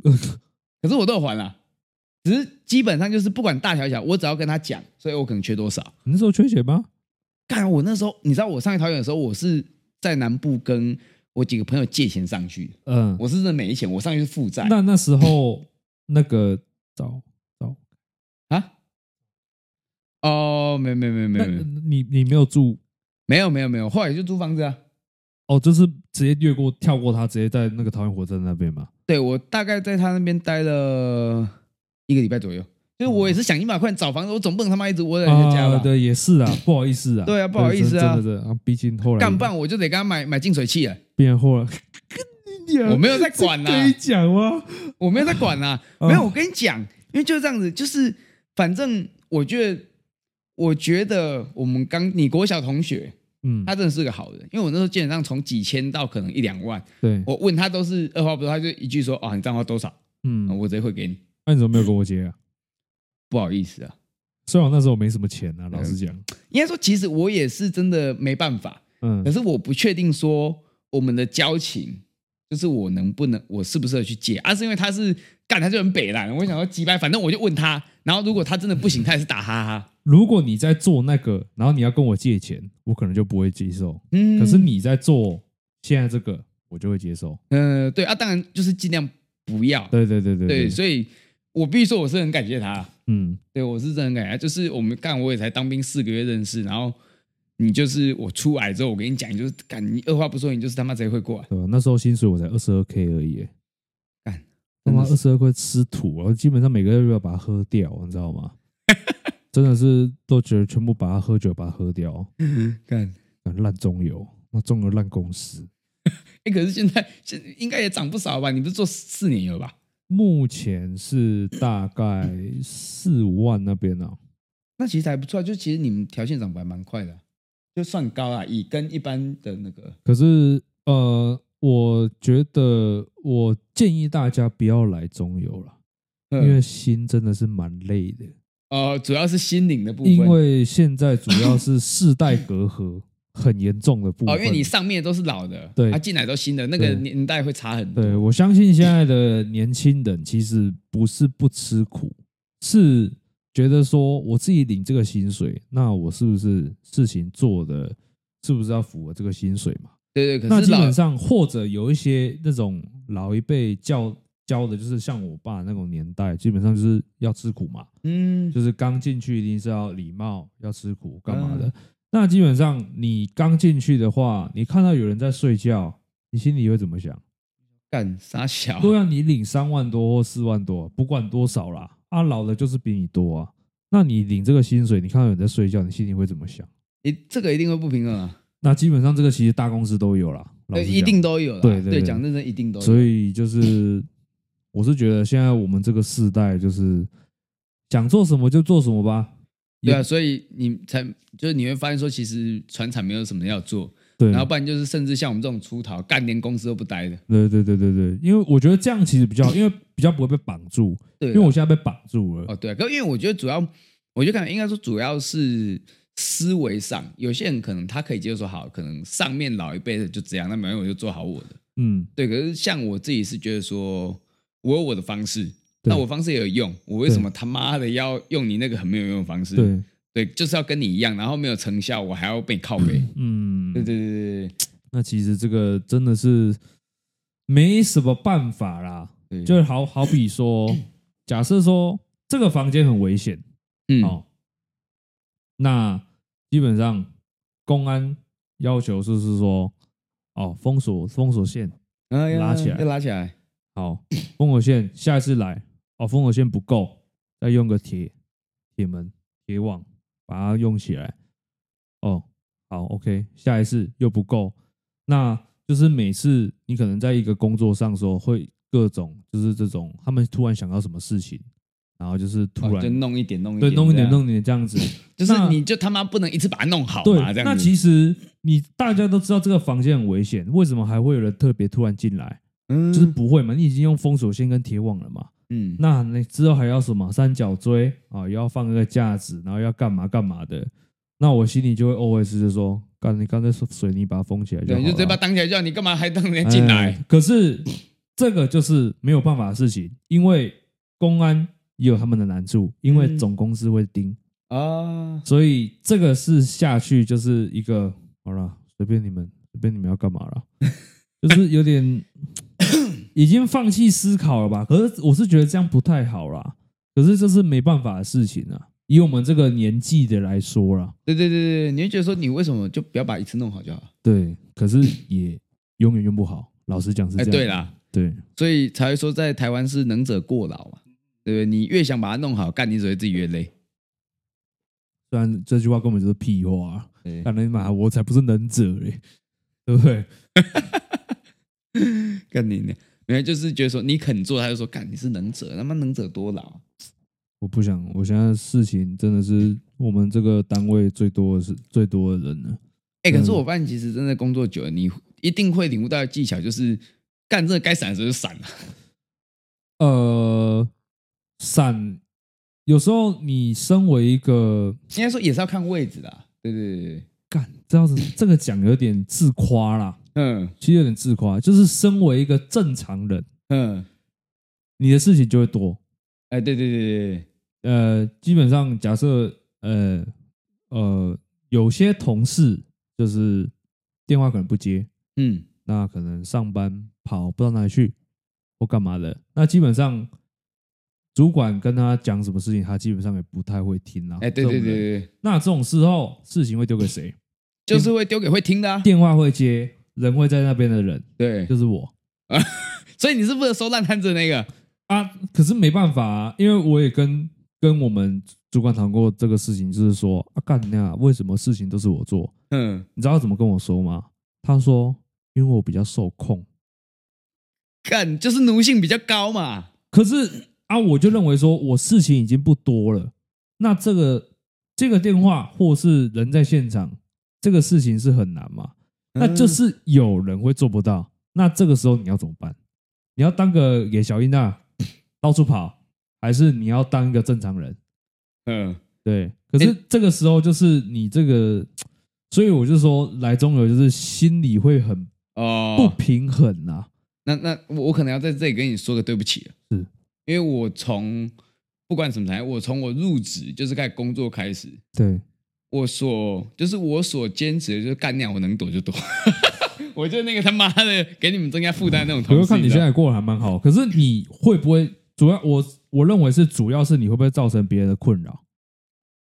A: 可是我都有还啦。只是基本上就是不管大小小，我只要跟他讲，所以我可能缺多少。
B: 你那时候缺钱吗？
A: 干，我那时候你知道我上去桃园的时候，我是在南部跟我几个朋友借钱上去的，
B: 嗯，
A: 我是真的没钱，我上去是负债
B: 那那时候那个找找，
A: 啊。哦，没有没有没有没
B: 那
A: 有没有
B: 你你没有住
A: 没有没有没有，后来就租房子啊。
B: 哦，就是直接越过跳过他，直接在那个桃园火车站那边嘛。
A: 对我大概在他那边待了一个礼拜左右，就是我也是想尽办法快点找房子，我总不能他妈一直窝在人家家吧？
B: 啊，对，也是啊，不好意思啊，
A: 对啊不好意思啊
B: 真的真的真的啊，毕竟后来
A: 干
B: <laughs>
A: 办我就得给他买买净水器了，
B: 变成后来，跟你娘
A: 我没有在管
B: 啊
A: 啊
B: 这
A: 啦、
B: 可以讲吗？
A: 我没有在管啦、
B: <laughs> 嗯
A: 没有，我跟你讲，因为就是这样子，就是反正我觉得，我觉得我们刚你国小同学
B: 嗯，
A: 他真的是个好人，因为我那时候基本上从几千到可能一两万，
B: 对，
A: 我问他都是二话不说，他就一句说哦你账号多少，哦
B: 嗯，
A: 我直接汇给你，
B: 那你怎么没有跟我结啊？
A: 不好意思啊，
B: 虽然我那时候没什么钱
A: 嗯
B: 啊，老实讲，
A: 应该说其实我也是真的没办法。
B: 嗯
A: 可，是我不确定说我们的交情，就是我能不能，我适不适合去借，而、啊是因为他是干，他就很北烂。我想说击败，反正我就问他，然后如果他真的不行，他也是打哈哈。
B: 如果你在做那个，然后你要跟我借钱，我可能就不会接受。
A: 嗯
B: 可是，你在做现在这个，我就会接受。
A: 嗯、对啊，当然就是尽量不要。
B: 对对对对
A: 对，所以我必须说我是很感谢他，
B: 嗯，
A: 对我是真的很感谢他。就是我们干，我也才当兵四个月认识，然后你就是我出来之后，我跟你讲，你就是干，你二话不说，你就是他妈直接会过来。
B: 对吧？那时候薪水我才二十二 k 而已，
A: 干，
B: 他妈
A: 真的
B: 二十二块吃土，然后基本上每个月都要把它喝掉，你知道吗？真的是都觉得全部把它喝酒，把它喝掉，
A: <laughs> <laughs> 干，
B: 干烂中油，那中油烂公司。
A: 哎、可是现在现应该也涨不少吧？你不是做四年有吧？
B: 目前是大概四五万那边啊，
A: 那其实还不错啊，就其实你们条件涨幅还蛮快的啊、就算高啦，以跟一般的那个，
B: 可是呃，我觉得我建议大家不要来中游了，
A: 因
B: 因为心真的是蛮累的。
A: 呃，主要是心灵的部分，
B: 因为现在主要是世代隔
A: <laughs>
B: 阂很严重的部分。
A: 哦，因为你上面都是老的，啊
B: 对
A: 他、进来都新的，那个
B: 对
A: 年代会差很多。
B: 对我相信现在的年轻人其实不是不吃苦，是觉得说我自己领这个薪水，那我是不是事情做的是不是要符合这个薪水嘛？
A: 对对，可
B: 那
A: 是
B: 基
A: 老
B: 本上或者有一些那种老一辈教教的，就是像我爸那种年代，基本上就是要吃苦嘛。
A: 嗯，
B: 就是刚进去一定是要礼貌、要吃苦干嘛的。
A: 嗯
B: 那基本上你刚进去的话，你看到有人在睡觉，你心里会怎么想？
A: 干傻小，
B: 都要你领三万多或四万多，不管多少啦，啊，老的就是比你多啊。那你领这个薪水，你看到有人在睡觉，你心里会怎么想？
A: 你这个一定会不平衡啊。
B: 那基本上这个其实大公司都有啦，老实
A: 呃一
B: 讲
A: 定都有啦。啊
B: 对对对
A: 讲认真一定都有。
B: 所以就是，我是觉得现在我们这个世代就是想做什么就做什么吧。
A: 对啊，所以你才就是你会发现说，其实船厂没有什么要做，
B: 对，
A: 然后不然就是甚至像我们这种出逃，干连公司都不待的。
B: 对对对对对，因为我觉得这样其实比较，因为比较不会被绑住，
A: 对啊，
B: 因为我现在被绑住了。
A: 哦对啊，可因为我觉得主要，我就感觉应该说主要是思维上，有些人可能他可以接受好，可能上面老一辈的就这样，那没有我就做好我的。
B: 嗯，
A: 对，可是像我自己是觉得说，我有我的方式，
B: 对
A: 那我方式也有用，我为什么他妈的要用你那个很没有用的方式？
B: 对，
A: 对，就是要跟你一样，然后没有成效，我还要被靠背。
B: 嗯，
A: 对对对对对
B: 那其实这个真的是没什么办法啦。
A: 对，
B: 就好好比说，假设说这个房间很危险，
A: 嗯，
B: 哦，那基本上公安要求就是说，哦，封锁封锁线，
A: 啊要
B: 拉起来
A: 要拉起来，
B: 好，封锁线，下一次来，哦，封锁线不够，再用个铁铁门、铁网把它用起来。哦，好，OK，下一次又不够，那就是每次你可能在一个工作上说会各种，就是这种他们突然想到什么事情，然后就是突
A: 哦
B: 然、
A: 就弄一点弄一
B: 对
A: 点，
B: 弄一点
A: 这样，
B: 弄一点这样子，
A: 就是
B: 那
A: 你就他妈不能一次把它弄好
B: 对
A: 嘛，这，样
B: 那
A: 子
B: 其实你大家都知道这个房间很危险，为什么还会有人特别突然进来？
A: 嗯
B: 就是不会嘛，你已经用封锁线跟铁网了嘛。
A: 嗯
B: 那你之后还要什么三角锥啊、又要放那个架子，然后要干嘛干嘛的。那我心里就会 always 就说，干你刚才说水泥把它封起来就
A: 对，
B: 好
A: 你就直接把它
B: 了。
A: 挡起来就好，你干嘛还让人家进来？
B: 哎可是这个就是没有办法的事情，因为公安也有他们的难处，因为
A: 嗯
B: 总公司会盯，
A: 啊？
B: 所以这个是下去就是一个好了，随便你们，随便你们要干嘛了， <laughs> 就是有点已经放弃思考了吧？可是我是觉得这样不太好啦，可是这是没办法的事情啊，以我们这个年纪的来说啦，
A: 对对对对，对你会觉得说你为什么就不要把一次弄好就好？
B: 对，可是也永远用不好， <coughs> 老实讲是这
A: 哎，
B: 样，
A: 对，啦，
B: 对，
A: 所以才会说在台湾是能者过劳嘛，对不对？你越想把它弄好，干你只会自己越累。
B: 虽然这句话根本就是屁话啊，
A: 对
B: 干你妈，我才不是能者嘞、对不对？
A: 干你呢？没有，就是觉得说你肯做，他就说干你是能者，他妈能者多劳。
B: 我不想，我现在事情真的是我们这个单位最多的是最多的人了。
A: 哎、可是我发现其实真的工作久了，你一定会领悟到的技巧就是干这个该闪的时候就闪了。
B: 呃，伞有时候你身为一个
A: 应该说也是要看位置啦。对对对对，
B: 干这样子，这个讲有点自夸啦，
A: 嗯
B: 其实有点自夸，就是身为一个正常人，
A: 嗯，
B: 你的事情就会多。
A: 哎、对对对对
B: 呃，基本上假设呃呃，有些同事就是电话可能不接，
A: 对，嗯
B: 那可能上班跑不知道哪里去或干嘛的，那基本上主管跟他讲什么事情，他基本上也不太会听啦。
A: 哎、对对
B: 这种
A: 对
B: 人，
A: 对对，
B: 那这种时候事情会丢给谁？
A: 就是会丢给会听的啊。
B: 电话会接，人会在那边的人
A: 对，
B: 就是我
A: 所以你是负责收烂摊子的那个。
B: 啊。可是没办法、啊，因为我也跟跟我们主管谈过这个事情，就是说啊，干你啊，为什么事情都是我做？
A: 嗯，
B: 你知道他怎么跟我说吗？他说，因为我比较受控。
A: 干就是奴性比较高嘛。
B: 可是啊，我就认为说我事情已经不多了，那这个这个电话或是人在现场，这个事情是很难嘛？
A: 嗯
B: 那就是有人会做不到，那这个时候你要怎么办？你要当个给小英娜 <clears throat> 到处跑，还是你要当一个正常人？
A: 嗯，
B: 对，可是这个时候就是你这个，所以我就说来中游就是心里会很不
A: 哦，
B: 平衡啊。
A: 那那我我可能要在这里跟你说个对不起了，
B: 是
A: 因为我从不管什么台，我从我入职就是开始工作开始，
B: 对，
A: 我所就是我所坚持的就是干掉我能躲就 <laughs> 躲，我就那个他妈的给你们增加负担的那种
B: 我
A: 同
B: 就
A: 事。
B: 看你现
A: 知道吗
B: 在过得还蛮好，可是你会不会主要我我认为是主要是你会不会造成别人的困扰？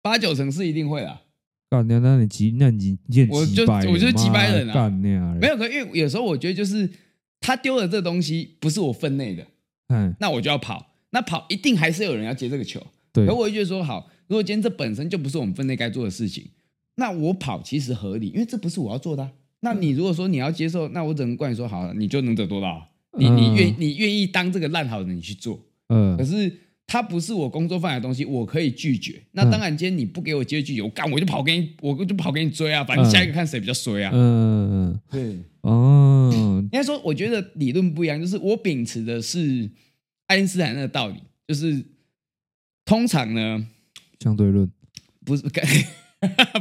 A: 八九成是一定会啊啦，
B: 干那那你急那你你很
A: 我
B: 急
A: 就
B: 掰欸，
A: 我就是急掰人啊
B: 妈干那样
A: 没有可因为有时候我觉得就是他丢了这东西不是我分内的，
B: 看
A: 那我就要跑，那跑一定还是有人要接这个球。
B: 对
A: 可我会觉得说，好，如果今天这本身就不是我们分内该做的事情，那我跑其实合理，因为这不是我要做的啊、那你如果说你要接受，那我只能怪你说好了，你就能者多劳。啊你你愿你愿意当这个烂好人，你去做。
B: 嗯
A: 可是它不是我工作范围的东西，我可以拒绝。
B: 嗯
A: 那当然，今天你不给我机会拒绝，我干我就跑给你，我就跑给你追啊！反正下一个看谁比较衰啊。
B: 嗯
A: 对，
B: 哦
A: 应该说，我觉得理论不一样，就是我秉持的是爱因斯坦那个道理，就是通常呢，
B: 相对论，
A: 不是，干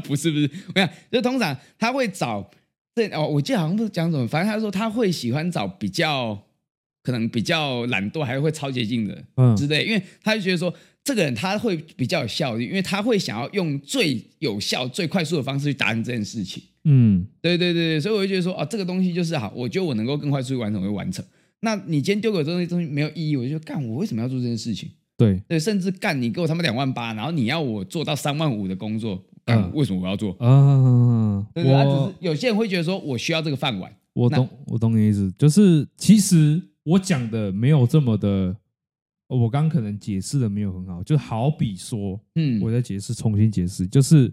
A: 不是不是，我想就通常他会找这哦，我记得好像不是讲什么，反正他说他会喜欢找比较可能比较懒惰，还会超捷径的
B: 嗯
A: 之类，因为他就觉得说这个人他会比较有效率，因为他会想要用最有效、最快速的方式去达成这件事情。
B: 嗯
A: 对对对，对所以我就觉得说，哦，这个东西就是好，我觉得我能够更快速地完成，我就完成。那你今天丢给我这东西，东西没有意义，我就觉得干，我为什么要做这件事情？
B: 对，
A: 对，甚至干你给我他妈两万八，然后你要我做到三万五的工作，干、
B: 嗯
A: 为什么我要做？
B: 啊，
A: 对对，啊只
B: 我
A: 是有些人会觉得说我需要这个饭碗，
B: 我
A: 那
B: 懂，我懂你意思，就是其实我讲的没有这么的，我刚可能解释的没有很好，就好比说，
A: 嗯，
B: 我再解释，重新解释，就是，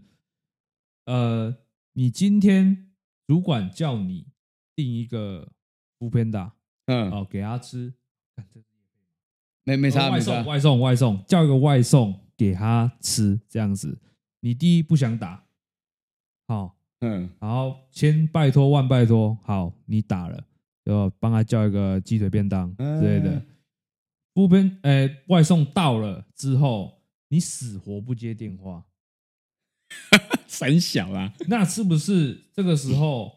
B: 呃，你今天主管叫你定一个副片打
A: 嗯，
B: 哦，给他吃，哦
A: 没没差
B: 外
A: 没差
B: 送，外送外送，叫一个外送给他吃，这样子，你第一不想打，好、 <laughs>
A: 嗯
B: 然后千拜托万拜托，好，你打了，就帮他叫一个鸡腿便当之类的
A: 嗯。
B: 副边，呃，外送到了之后，你死活不接电话，
A: 三小啦，
B: 那是不是这个时候，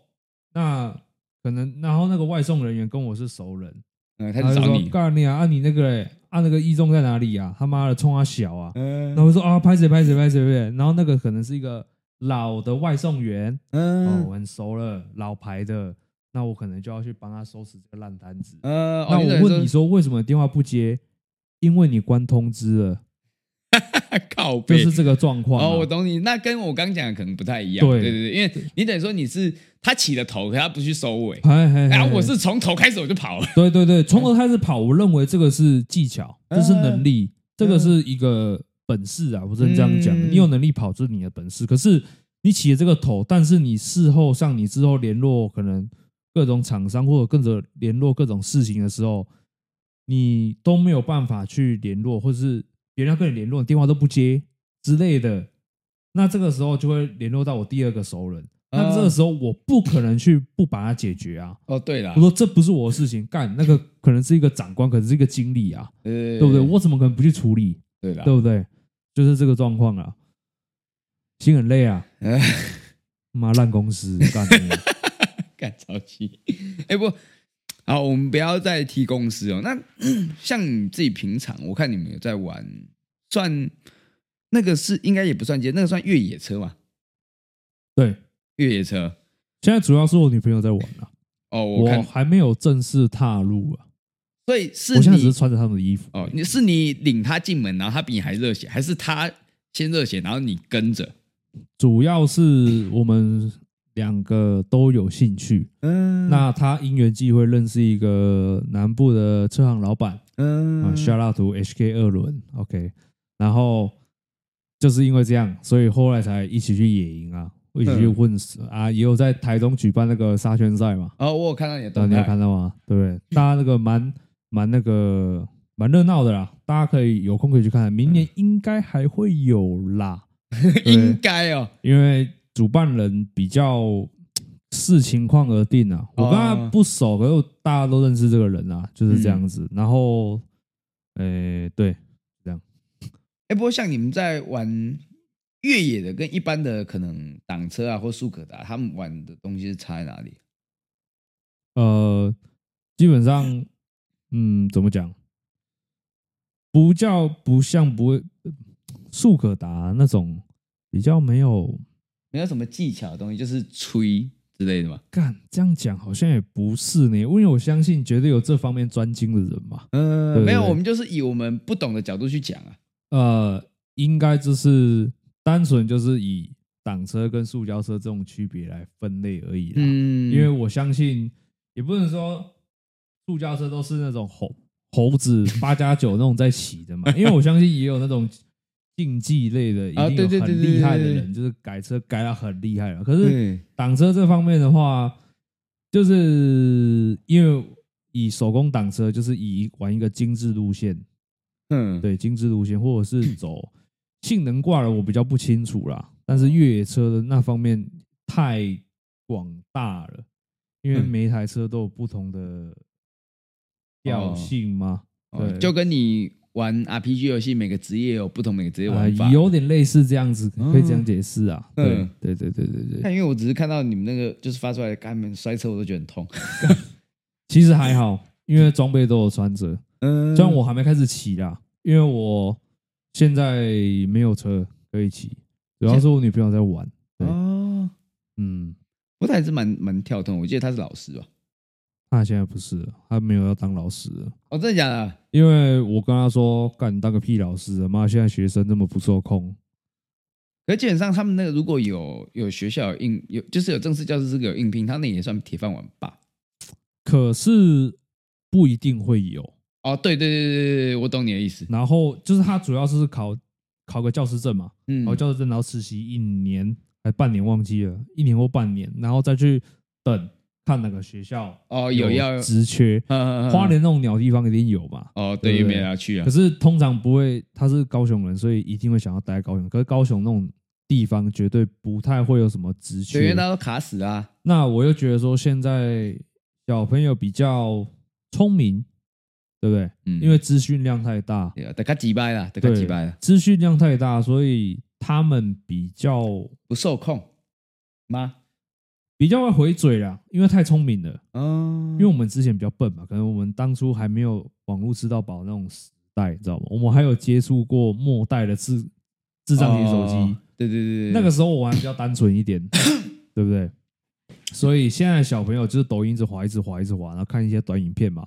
B: 那可能，然后那个外送人员跟我是熟人，
A: 嗯，他
B: 他
A: 就
B: 就
A: 找
B: 说
A: 你，
B: 告诉你啊，啊你那个嘞，啊那个义众在哪里啊？他妈的，冲他小啊！
A: 嗯
B: 然后我说啊，拍谁拍谁拍谁拍谁，然后那个可能是一个老的外送员，哦，
A: 嗯
B: 我很熟了，老牌的，那我可能就要去帮他收拾这个烂摊子。
A: 呃，
B: 那
A: 哦
B: 我问你，
A: <laughs>
B: 说，为什么电话不接？因为你关通知了，
A: 那靠
B: 就
A: 背
B: 是。这个状况嘛。啊
A: 哦，我懂你，那跟我刚讲的可能不太一样。
B: 对
A: 对对对，因为你等于说你是他起了头，可他不去收尾。
B: 哎哎，
A: 然后
B: 哎
A: 啊我是从头开始我就跑了。
B: <laughs> 对对对，从头开始跑，我认为这个是技巧，这是能力，这个是一个本事啊，我是这样讲的。
A: 嗯
B: 你有能力跑，这是你的本事。可是你起了这个头，但是你事后上你之后联络可能各种厂商或者跟着联络各种事情的时候，你都没有办法去联络，或者是别人要跟你联络，你电话都不接之类的。那这个时候就会联络到我第二个熟人，那这个时候我不可能去不把它解决啊。
A: 哦，对了
B: 我，说这不是我的事情，干那个可能是一个长官，可能是一个经理啊，
A: 对啊
B: 对不对？我怎么可能不去处理，
A: 对了
B: 对，不对？就是这个状况啊，心很累啊，
A: 呃 <laughs>
B: 妈烂公司干你啊 <laughs>
A: <laughs> 干着急。哎、不，好，我们不要再提公司哦。那 <clears throat> 像你自己平常，我看你们有在玩，算那个是应该也不算街，那个算越野车嘛？
B: 对，
A: 越野车
B: 现在主要是我女朋友在玩啊，
A: 哦，我看，
B: 我还没有正式踏入啊，
A: 所以是
B: 我现在只是
A: 你
B: 穿着他们的衣服
A: 哦，你是你领他进门，然后他比你还热血，还是他先热血，然后你跟着？
B: 主要是我们两个都有兴趣。
A: 嗯
B: 那他因缘际会认识一个南部的车行老板，
A: 嗯
B: 啊 s h o u out to HK 二轮，OK，然后就是因为这样，所以后来才一起去野营啊，一起去
A: 嗯
B: 混死、啊，也有在台中举办那个沙圈赛嘛，
A: 哦，我有看到你的
B: 对，
A: 动
B: 你有
A: 态， <laughs>
B: 看到吗？对不对？大家那个蛮蛮那个蛮热闹的啦，大家可以有空可以去看，
A: 嗯
B: 明年应该还会有啦，
A: 应该哦，
B: 因为主办人比较视情况而定啊。我跟他
A: 哦嗯
B: 不熟，可是大家都认识这个人啊，就是这样子。然后，呃，对，
A: 哎、不过像你们在玩越野的，跟一般的可能挡车啊或速可达，他们玩的东西是差在哪里？
B: 呃，基本上，嗯，怎么讲，不叫不像不会速可达啊那种比较没有
A: 没有什么技巧的东西，就是吹之类的嘛。
B: 干，这样讲好像也不是呢，因为我相信绝对有这方面专精的人嘛，
A: 嗯、
B: 对
A: 没有，
B: 对
A: 我们就是以我们不懂的角度去讲啊。
B: 呃，应该就是单纯就是以挡车跟塑胶车这种区别来分类而已啦，
A: 嗯，
B: 因为我相信也不能说塑胶车都是那种猴猴子八加九那种在骑的嘛，因为我相信也有那种竞技类的，
A: 啊
B: 一
A: 对对
B: 定有
A: 对
B: 很
A: 对
B: 厉害的
A: 对对
B: 人，就是改车改到很厉害了。可是
A: 对，
B: 挡车这方面的话，就是因为以手工挡车，就是以玩一个精致路线，
A: 嗯，
B: 对精致路线，或者
A: <clears throat>
B: 是走性能挂的，我比较不清楚啦。但
A: 哦
B: 是越野车的那方面太广大了，因为
A: 嗯
B: 每一台车都有不同的调
A: 哦
B: 性嘛，
A: 哦
B: 对
A: 就跟你玩 RPG 游戏，每个职业有不同每个职业
B: 啊，
A: 玩法。
B: 有点类似这样子，可以这样
A: 嗯
B: 解释啊。
A: 嗯
B: 对对对对对
A: 但
B: 对，
A: 因为我只是看到你们那个就是发出来的，干你们摔车我都觉得很痛。
B: 其实还好，因为装备都有穿着。
A: 嗯
B: 虽然我还没开始骑啦，因为我现在没有车可以骑，主要是我女朋友在玩。对
A: 哦，
B: 嗯，
A: 不过他还是蛮蛮跳动的。我记得他是老师吧？
B: 她现在不是了，她没有要当老师了。
A: 哦，真的假的？
B: 因为我跟她说，干你当个屁老师啊，妈！现在学生那么不受控，
A: 可基本上他们那个如果有有学校有应有就是有正式教师资格有应聘，他那也算铁饭碗吧？
B: 可是不一定会有。
A: 哦，对对对对对对，我懂你的意思。
B: 然后就是她主要是考考个教师证嘛，
A: 嗯
B: 然，后教师证，然后实习一年还半年忘记了，一年或半年，然后再去等看哪个学校
A: 哦有要
B: 职缺，
A: <laughs>
B: 花
A: 花
B: 莲那种鸟地方一定有嘛。
A: 哦，
B: 对
A: 对，也
B: 不对
A: 没人要去啊
B: 可。是通常不会，他是高雄人，所以一定会想要待在高雄。可是高雄那种地方绝对不太会有什么职
A: 学
B: 缺
A: 员。他都卡死啊。
B: 那我又觉得说，现在小朋友比较聪明，对不对？
A: 嗯，
B: 因为资讯量太大，
A: 对啊，得他几掰啦，得他
B: 对
A: 几掰啦，
B: 资讯量太大，所以他们比较
A: 不受控吗？
B: 比较会回嘴啦，因为太聪明了。
A: 哦
B: 因为我们之前比较笨嘛，可能我们当初还没有网络吃到饱那种时代，你知道吗？我们还有接触过末代的智智
A: 智
B: 障型手机，
A: 对对对对，
B: 哦那个时候我还比较单纯一点，对不对？所以现在的小朋友就是抖音一直滑，一直滑，一直滑，然后看一些短影片嘛，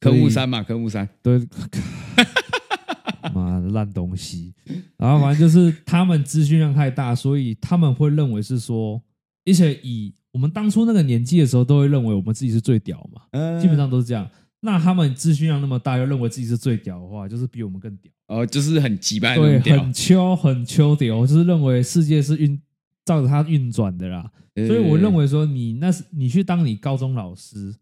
A: 科
B: 所
A: 目
B: 以
A: 三嘛，科目三， <laughs>
B: 对，妈的烂东西。然后反正就是他们资讯量太大，所以他们会认为是说，而且以我们当初那个年纪的时候，都会认为我们自己是最屌嘛。
A: 嗯
B: 基本上都是这样。那他们资讯量那么大，又认为自己是最屌的话，就是比我们更屌，
A: 哦，就是很几掰的
B: 对，
A: 那种调
B: 很秋很秋屌，就是认为世界是运照着它运转的啦。
A: 对
B: 所以我
A: 对对
B: 认为说你，那是你去当你高中老师，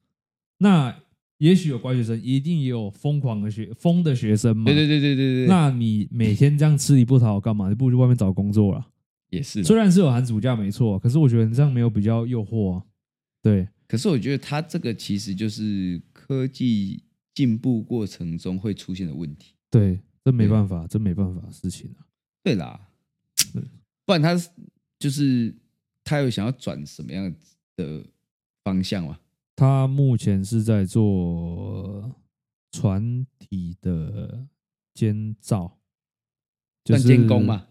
B: 那也许有乖学生，一定也有疯狂的学疯的学生嘛。
A: 对对对对对对，
B: 那你每天这样吃力不讨好干嘛？你不如去外面找工作啦。
A: 也是啦。
B: 虽然是有寒暑假没错，可是我觉得你这样没有比较诱惑啊。对，
A: 可是我觉得它这个其实就是科技进步过程中会出现的问题。
B: 对，这没
A: 对
B: 办法，这没办法的事情啊。
A: 对啦
B: 对，
A: 不然他就是他有想要转什么样的方向嘛？
B: 他目前是在做船体的监造，就
A: 算
B: 是
A: 监工嘛？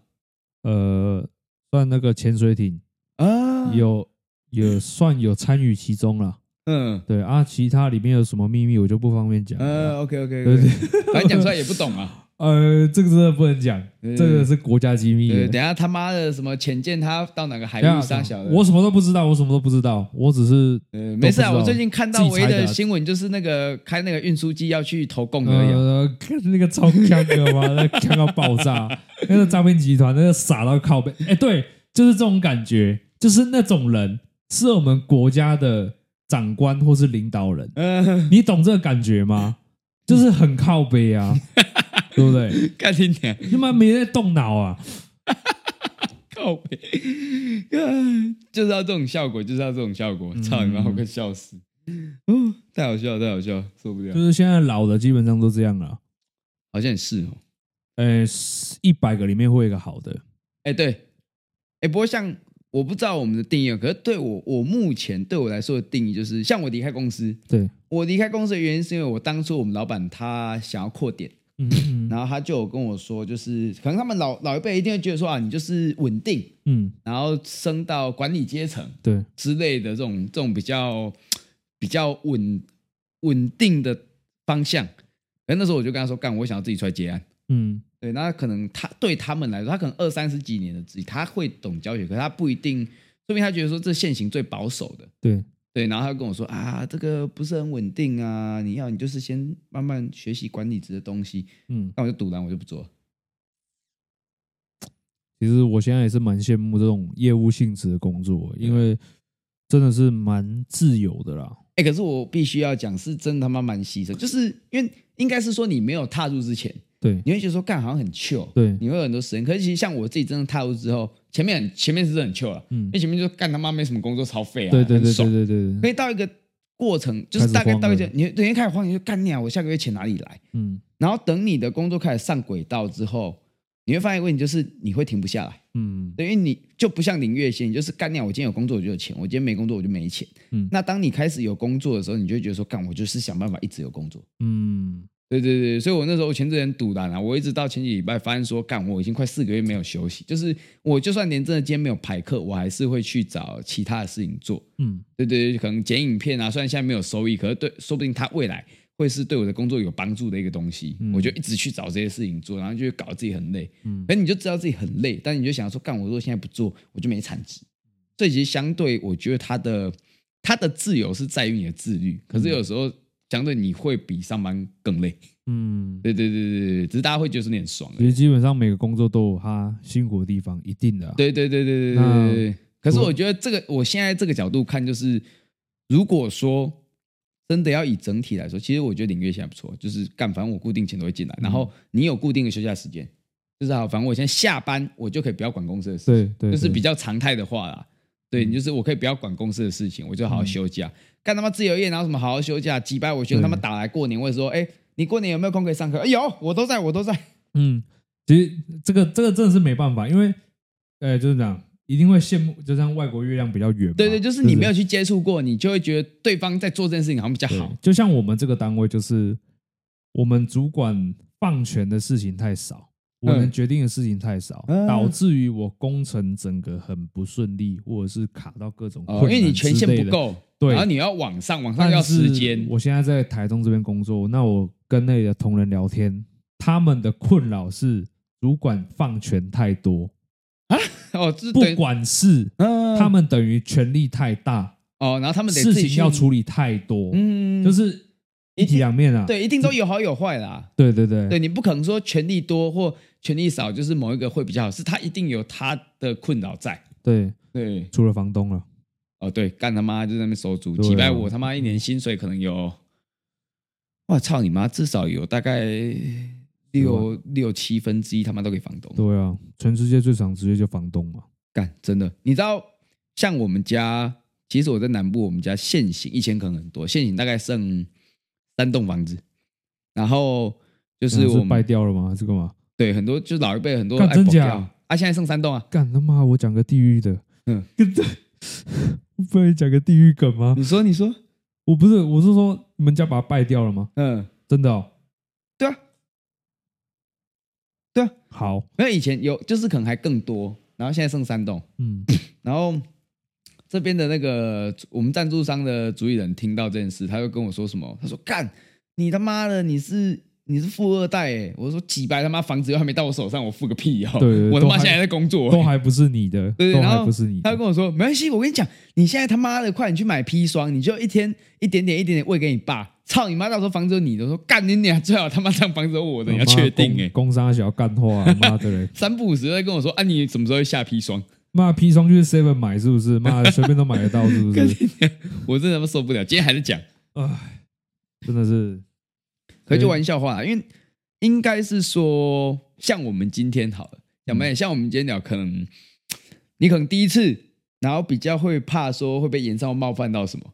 B: 呃，算那个潜水艇
A: 啊，
B: 有有算有参与其中
A: <laughs>
B: 啦。
A: 嗯
B: 对啊，其他里面有什么秘密我就不方便讲
A: 呃
B: 了啦。
A: ，OK OK
B: 对
A: OK，
B: 对，
A: 反正讲出来也不懂
B: <laughs>
A: 啊。
B: 呃，这个真的不能讲，
A: 对
B: 这个是国家机密
A: 呃对，
B: 的。啊
A: 等一下他妈的什么潜见他到哪个海
B: 等一
A: 域
B: 下
A: 杀小的？
B: 我什么都不知道，我什么都不知道，我只是
A: 呃没事啊，
B: 都不知道
A: 我最近看到
B: 自己
A: 唯一
B: 猜的
A: 的
B: 啊
A: 新闻就是那个开那个运输机要去投共而已啊。
B: 呃，看那个超强的
A: <laughs>
B: 嘛，那强到爆炸，那个诈骗集团那个傻到靠背，哎、对，就是这种感觉，就是那种人是我们国家的长官或是领导人，
A: 嗯，
B: 你懂这个感觉吗？就是很靠背
A: <laughs>
B: 啊，对不对？
A: <laughs> 干你娘！
B: 你妈没在动脑啊，
A: 靠北， <laughs> 就是要这种效果，就是要这种效果，操你妈，我快笑死！哦，太好笑了，太好笑了，受不了
B: 就，是现在老的基本上都这样了，
A: 好像也是哦。
B: 呃，一百个里面会有一个好的，
A: 哎，对，哎，不过像我不知道我们的定义哦，可是对我，我目前对我来说的定义就是，像我离开公司，
B: 对，
A: 我离开公司的原因是因为我当初我们老板他想要扩点，
B: 嗯嗯
A: 然后他就有跟我说，就是可能他们老老一辈一定会觉得说啊，你就是稳定，
B: 嗯，
A: 然后升到管理阶层，
B: 对，
A: 之类的这种这种比较比较稳稳定的方向。哎，那时候我就跟他说，干，我想要自己出来接案。
B: 嗯
A: 对，那可能他对他们来说，他可能二三十几年的自己，他会懂教学，可他不一定，说明他觉得说这现行最保守的。
B: 对，
A: 对，然后他就跟我说啊，这个不是很稳定啊，你要你就是先慢慢学习管理职的东西。
B: 嗯，
A: 那我就赌然，我就不做了。
B: 其实我现在也是蛮羡慕这种业务性质的工作，因为真的是蛮自由的啦。
A: 哎、可是我必须要讲，是真他妈蛮牺牲，就是因为应该是说你没有踏入之前，
B: 对
A: 你会觉得说干好像很 chill，
B: 对
A: 你会有很多时间。可是其实像我自己真的踏入之后，前面很前面是真的很 chill 了，
B: 嗯
A: 因为前面就干他妈没什么工作，超废啊，
B: 对对对
A: 很爽
B: 对对对
A: 可
B: 对，
A: 以到一个过程，就是大概到一个，你等一开始慌，你就干你啊，我下个月钱哪里来？
B: 嗯
A: 然后等你的工作开始上轨道之后，你会发现一个问题就是你会停不下来，
B: 嗯
A: 对因为你就不像领月薪，你就是干你啊，我今天有工作我就有钱，我今天没工作我就没钱。
B: 嗯
A: 那当你开始有工作的时候，你就会觉得说干，我就是想办法一直有工作。
B: 嗯，
A: 对对对，所以我那时候前阵子很堵然啊，我一直到前几礼拜发现说，干我已经快四个月没有休息，就是我就算连真的今天没有排课，我还是会去找其他的事情做。
B: 嗯
A: 对对对，可能剪影片啊，虽然现在没有收益，可是对，说不定它未来会是对我的工作有帮助的一个东西。
B: 嗯
A: 我就一直去找这些事情做，然后就会搞得自己很累。
B: 嗯
A: 可你就知道自己很累，但你就想说，干，我如果现在不做，我就没产值。所以其实相对，我觉得它的它的自由是在于你的自律，可是有时候相对你会比上班更累。
B: 嗯，
A: 对对对对对，只是大家会觉得是你很爽而
B: 其
A: 已。
B: 实基本上每个工作都有它辛苦的地方，一定的啊。
A: 对对对对对对对对。可是我觉得这个，我现在这个角度看，就是如果说真的要以整体来说，其实我觉得领月现在不错，就是干，反正我固定钱都会进来，然后
B: 嗯
A: 你有固定的休假时间，就是好，反正我现在下班我就可以不要管公司的事情，
B: 对对，
A: 就是
B: 对嗯
A: 比较常态的话啦。对你就是我可以不要管公司的事情，我就好好休假。干他妈自由业，然后什么好好休假？几百我学
B: 对
A: 他妈打来过年，会说，哎，你过年有没有空可以上课？哎，有，我都在，我都在。
B: 嗯，其实这个这个真的是没办法，因为呃，就是讲一定会羡慕，就像外国月亮比较圆嘛。
A: 对对，就是你没有去接触过，你就会觉得对方在做这件事情好像比较
B: 对
A: 好。
B: 就像我们这个单位，就是我们主管放权的事情太少，我
A: 嗯
B: 能决定的事情太少，
A: 嗯
B: 导致于我工程整个很不顺利，或者是卡到各种困
A: 哦，因为
B: 难、
A: 你权限不。够，
B: 对
A: 然后你要往上，往上
B: 但
A: 要
B: 是
A: 时间，
B: 我现在在台中这边工作，那我跟那里的同仁聊天，他们的困扰是主管放权太多，
A: 哦，就是
B: 不
A: 等于
B: 管是
A: 嗯
B: 他们等于权力太大，
A: 哦，然后他们得
B: 事
A: 自己
B: 情
A: 去
B: 要，处理太多，
A: 嗯，
B: 就是是一体两面啊。
A: 对，一定都有好有坏啦。
B: 对对对
A: 对你不可能说权力多或权力少，就是某一个会比较好，是他一定有他的困扰在。
B: 对，
A: 对，
B: 除了房东了，
A: 哦对，干他妈就在那边收租，
B: 对啊
A: 几百五他妈一年薪水可能有，我操你妈，至少有大概六六七分之一他妈都给房东。
B: 对啊，全世界最长职业就房东嘛。
A: 干，真的，你知道，像我们家，其实我在南部，我们家现行以前可能很多，现行大概剩三栋房子，然后就是
B: 然后
A: 我
B: 啊是败
A: 们
B: 掉了吗？还是干嘛？
A: 对很多就是老一辈很多
B: 干
A: 爱
B: 真
A: 跑
B: 假
A: 掉啊，现在剩三栋啊。
B: 干他妈！我讲个地狱的，
A: 嗯嗯
B: <laughs> 嗯，跟这，我不能讲个地狱梗吗？
A: 你说，你说，
B: 我不是，我是说你们家把它败掉了吗？
A: 嗯，
B: 真的哦，
A: 对啊，对啊，
B: 好，
A: 因为以前有，就是可能还更多，然后现在剩三栋，
B: 嗯，
A: 然后这边的那个我们赞助商的主理人听到这件事，他就跟我说什么？他说：“干你他妈的，你是你是富二代哎！”我说：“几百他妈房子又还没到我手上，我富个屁哦！
B: 对对
A: 我他妈
B: 都还
A: 现在还在工作
B: <laughs>
A: <laughs>
B: 都。还不是你的，
A: 对对
B: 都
A: 然
B: 还
A: 后
B: 不是你”
A: 他就
B: 的，
A: 跟我说：“没关系，我跟你讲，你现在他妈的快点去买砒霜，你就一天一点点一点点喂给你爸。操你妈！到时候房子有你的，我说干你娘，最好他妈让房子有我的，你要
B: 妈
A: 确定
B: 公
A: 哎、
B: 工商小干话啊， <laughs> 妈的嘞！
A: 三不五时在跟我说啊，你什么时候会下砒霜？ <laughs>
B: 妈砒霜去 Seven 买是不是？妈 <laughs> 的随便都买得到是不
A: 跟
B: 是？
A: 我真的他妈受不了，今天还在讲。”
B: 唉，真的是，
A: 可是就
B: 对
A: 玩笑话啦，因为应该是说，像我们今天好了，讲白点，像我们今天聊，可能你可能第一次，然后比较会怕说会被延上冒犯到什么，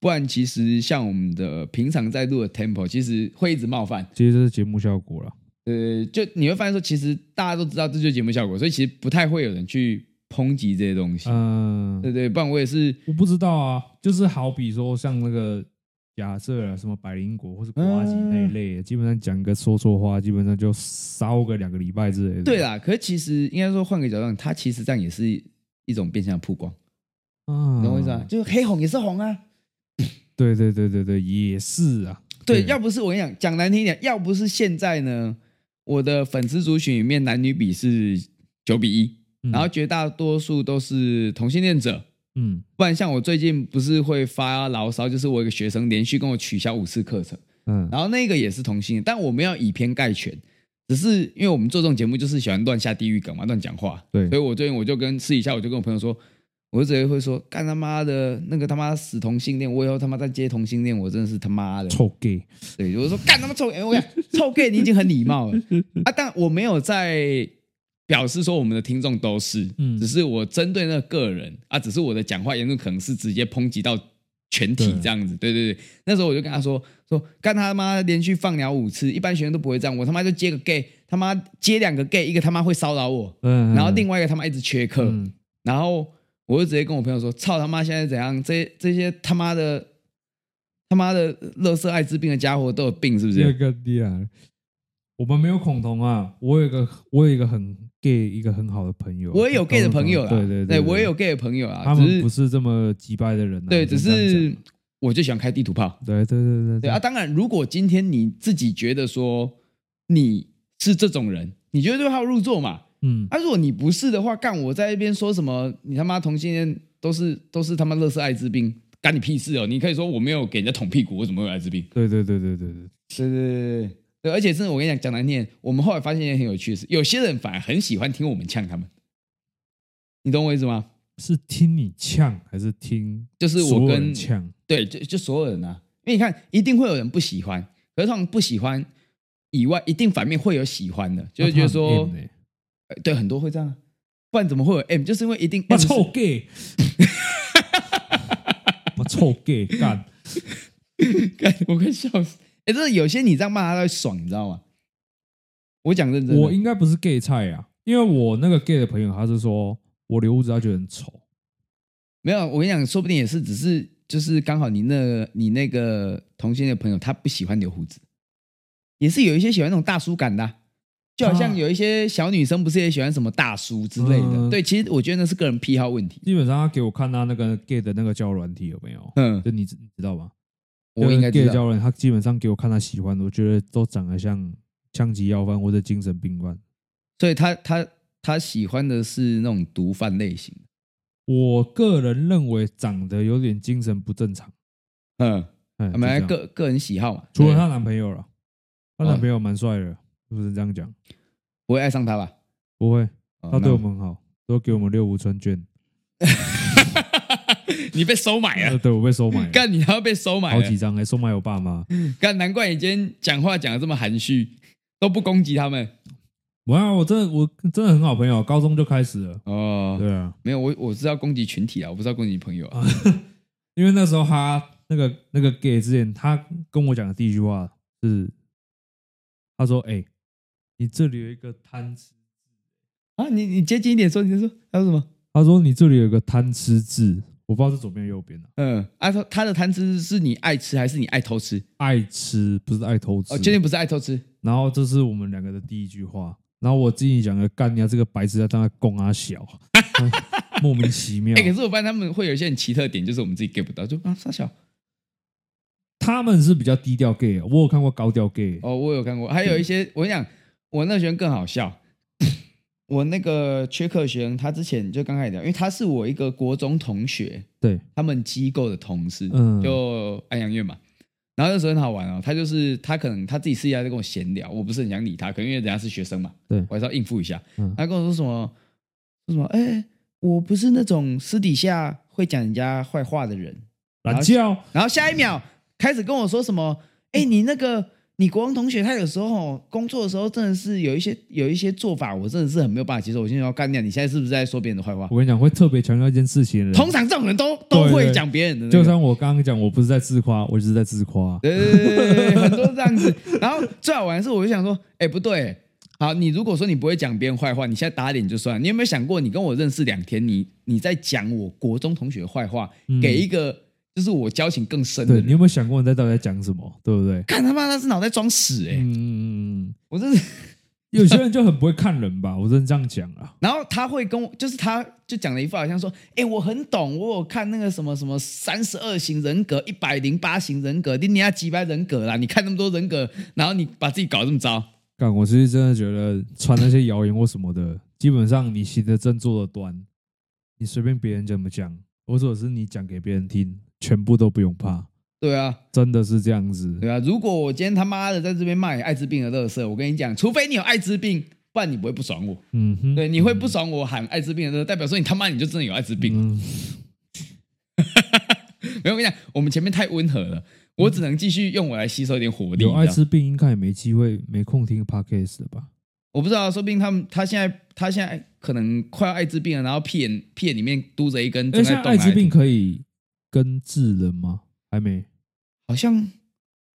A: 不然其实像我们的平常在录的 tempo，其实会一直冒犯。
B: 其实这是节目效果了。
A: 呃，就你会发现说，其实大家都知道这就是节目效果，所以其实不太会有人去抨击这些东西。
B: 嗯、
A: 对对，不然我也是，
B: 我不知道啊，就是好比说像那个假设啊，什么百灵果或是瓜吉那
A: 嗯
B: 一类的，基本上讲个说错话，基本上就烧个两个礼拜之类的。
A: 对啦。可是其实应该说换个角度，它其实这样也是一种变相的曝光，
B: 啊，
A: 你懂我意思吗？就是黑红也是红啊，
B: 对对对对对，也是啊。
A: 对，要不是我跟你讲，讲难听一点，要不是现在呢，我的粉丝族群里面男女比是九比一、
B: 嗯
A: 然后绝大多数都是同性恋者。
B: 嗯
A: 不然像我最近不是会发牢骚，就是我有一个学生连续跟我取消五次课程，
B: 嗯
A: 然后那个也是同性恋，但我们要以偏概全，只是因为我们做这种节目就是喜欢乱下地狱梗嘛，乱讲话。
B: 对
A: 所以我最近我就跟私底下我就跟我朋友说，我就直接会说，干他妈的那个他妈死同性恋，我以后他妈再接同性恋，我真的是他妈的。
B: 臭 gay，
A: 对，我就说干他妈臭，哎我
B: <laughs>
A: 想臭 gay 你已经很礼貌了啊，但我没有在表示说我们的听众都是，
B: 嗯
A: 只是我针对那个个人啊，只是我的讲话言论可能是直接抨击到全体
B: 对
A: 这样子，对对对，那时候我就跟他说说干他妈连续放鸟五次，一般学生都不会这样，我他妈就接个 gay，他妈接两个 gay，一个他妈会骚扰我，
B: 嗯，
A: 然后另外一个他妈一直缺课，
B: 嗯
A: 然后我就直接跟我朋友说：“操他妈，现在怎样？这这些他妈的他妈的乐色艾滋病的家伙都有病是不
B: 第二
A: 是
B: 个低啊，我们没有恐同啊，我有一个我有一个很 gay 一个很好的朋友？”，
A: 我也有 gay 的朋友啦，
B: 对对对，
A: 我也有 gay 的朋友啦，
B: 他
A: 只
B: 们
A: 是
B: 不是这么击败的人啊，
A: 对，只
B: 这样
A: 是
B: 讲嗯
A: 我就喜欢开地图炮。
B: 对对对对
A: 对啊，当然，如果今天你自己觉得说你是这种人，你觉得对号入座嘛？
B: 嗯，
A: 啊，如果你不是的话，干我在那边说什么你他妈同性恋都是都是他妈乐色艾滋病，干你屁事哦！你可以说我没有给人家捅屁股，我怎么会有艾滋病？
B: 对对对对对对，
A: 对对对对对对，而且真的，我跟你讲，讲难听，点，我们后来发现一件很有趣的事，有些人反而很喜欢听我们呛他们，你懂我意思吗？
B: 是听你呛还是听
A: 就是
B: 所
A: 我
B: 有
A: 跟
B: 人呛？
A: 对，就就所有人啊，因为你看，一定会有人不喜欢，可是他们不喜欢以外，一定反面会有喜欢的，就是觉得
B: 那他
A: 说
B: 很，M 欸
A: 呃对，很多会这样啊，不然怎么会有 M？就是因为一定
B: 妈
A: M 是
B: 臭 gay，妈臭 gay
A: <laughs>
B: 干，
A: 干我快笑死！哎，真的有些你这样骂他，他会爽，你知道吗？我讲认真的，
B: 我应该不是 gay 菜啊，因为我那个 gay 的朋友他是说我留胡子他觉得很丑，
A: 没有，我跟你讲，说不定也是，只是就是刚好你那个你那个同性恋朋友他不喜欢留胡子，也是有一些喜欢那种大叔感的啊、就好像
B: 啊
A: 有一些小女生不是也喜欢什么大叔之类的。
B: 嗯
A: 对，其实我觉得那是个人癖好问题。
B: 基本上他给我看他那个 gay 的那个交友软体有没有？
A: 嗯，
B: 就你知你知道吗？
A: 我应该
B: 就
A: 知
B: 是 gay
A: 道。
B: 交友软体，他基本上给我看他喜欢的，我觉得都长得像枪击要犯或者精神病犯。
A: 所以他他他喜欢的是那种毒贩类型。
B: 我个人认为长得有点精神不正常，
A: 嗯，
B: 嗯，
A: 本来
B: 就这样
A: 个个人喜好嘛。
B: 除了
A: 对
B: 她男朋友了，她男朋友蛮帅的，是不是这样讲？
A: 不会爱上他吧？
B: 不会，
A: 哦
B: 他
A: 那
B: 对我们很好，都给我们六无村券，
A: <laughs> 你被收买
B: 呃
A: 了，
B: 对我被收买了，
A: 干你还要被收买
B: 好
A: 了，
B: 几张还哎收买我爸妈。
A: 干难怪你今天讲话讲的这么含蓄，都不攻击他们。
B: 哇，我真的我真的很好朋友，高中就开始了。
A: 哦，
B: 对啊，
A: 没有，我我是要攻击群体啊，我不是要攻击朋友啊。
B: 因为那时候他那个那个 gay 之前，他跟我讲的第一句话是，他说：“哎、你这里有一个贪吃。”
A: 啊，你你接近一点说，你就说他说什么？
B: 他说：“你这里有一个贪吃字，我不知道是左边还是右边的、
A: 嗯，啊，他他的贪吃是你爱吃还是你爱偷吃？
B: 爱吃不是爱偷吃。
A: 哦，确定不是爱偷吃。
B: 然后这是我们两个的第一句话。然后我自己讲的，干你啊，这个白痴在当他供啊小，莫名其
A: <laughs>
B: 妙
A: 哎、。可是我发现他们会有一些很奇特的点，就是我们自己 get 不到，就啊傻小。
B: 他们是比较低调 gay，我啊有看过高调 gay，
A: 哦，我有看过，还有一些我跟你讲，我那个学生更好笑。 <laughs> 我那个缺课学生，他之前就刚开始聊，因为他是我一个国中同学，
B: 对，
A: 他们机构的同事，
B: 嗯
A: 就安阳院嘛。然后那时候很好玩哦，他就是他可能他自己私底下在跟我闲聊，我不是很想理他，可能因为人家是学生嘛，
B: 对
A: 我还是要应付一下。
B: 嗯
A: 他跟我说什么说什么，哎，我不是那种私底下会讲人家坏话的人。
B: 懒觉，哦
A: 然后下一秒开始跟我说什么，哎，你那个你国王同学他有时候哦工作的时候真的是有一些有一些做法，我真的是很没有办法接受。我心里要干掉，你现在是不是在说别人的坏话？
B: 我跟你讲，会特别强调一件事情的人，
A: 通常这种人都都
B: 对
A: 会
B: 对
A: 讲别人的那个，
B: 就像我刚刚讲，我不是在自夸，我只是在自夸。
A: 对对对对对对，很多这样子。然后最好玩的是，我就想说，哎，不对，好，你如果说你不会讲别人坏话，你现在打脸就算了。你有没有想过，你跟我认识两天，你你在讲我国中同学的坏话，
B: 嗯
A: 给一个就是我交情更深的
B: 对你
A: 人，
B: 有没有想过你在到底在讲什么？对不对？
A: 看他妈那是脑袋装屎哎、
B: 嗯嗯嗯，嗯
A: 我真是。
B: 有些人就很不会看人吧， <laughs> 我只能这样讲啊。
A: 然后他会跟我，就是他就讲了一副好像说，哎，我很懂，我有看那个什么什么三十二型人格、一百零八型人格，你你要几百人格啦？你看那么多人格，然后你把自己搞得这么糟，
B: 干，我其实真的觉得传那些谣言或什么的，基本上你行得正坐得端，你随便别人怎么讲，或者是你讲给别人听，全部都不用怕。
A: 对啊，
B: 真的是这样子。
A: 对啊。如果我今天他妈的在这边骂你艾滋病的垃圾，我跟你讲，除非你有艾滋病，不然你不会不爽我。
B: 嗯哼，
A: 对，你会不爽我喊艾滋病的垃圾，代表说你他妈你就真的有艾滋病。
B: 嗯，
A: 没有，我跟你讲，我们前面太温和了，我只能继续用我来吸收一点火力。
B: 有艾
A: 你知道
B: 滋病应该也没机会没空听 podcast 了吧？
A: 我不知道，说不定他们他现在他现在可能快要艾滋病了，然后屁眼屁眼里面嘟着一根
B: 哎，
A: 正在
B: 像
A: 动的
B: 艾滋病
A: 艾
B: 可以根治了吗？还没，
A: 好像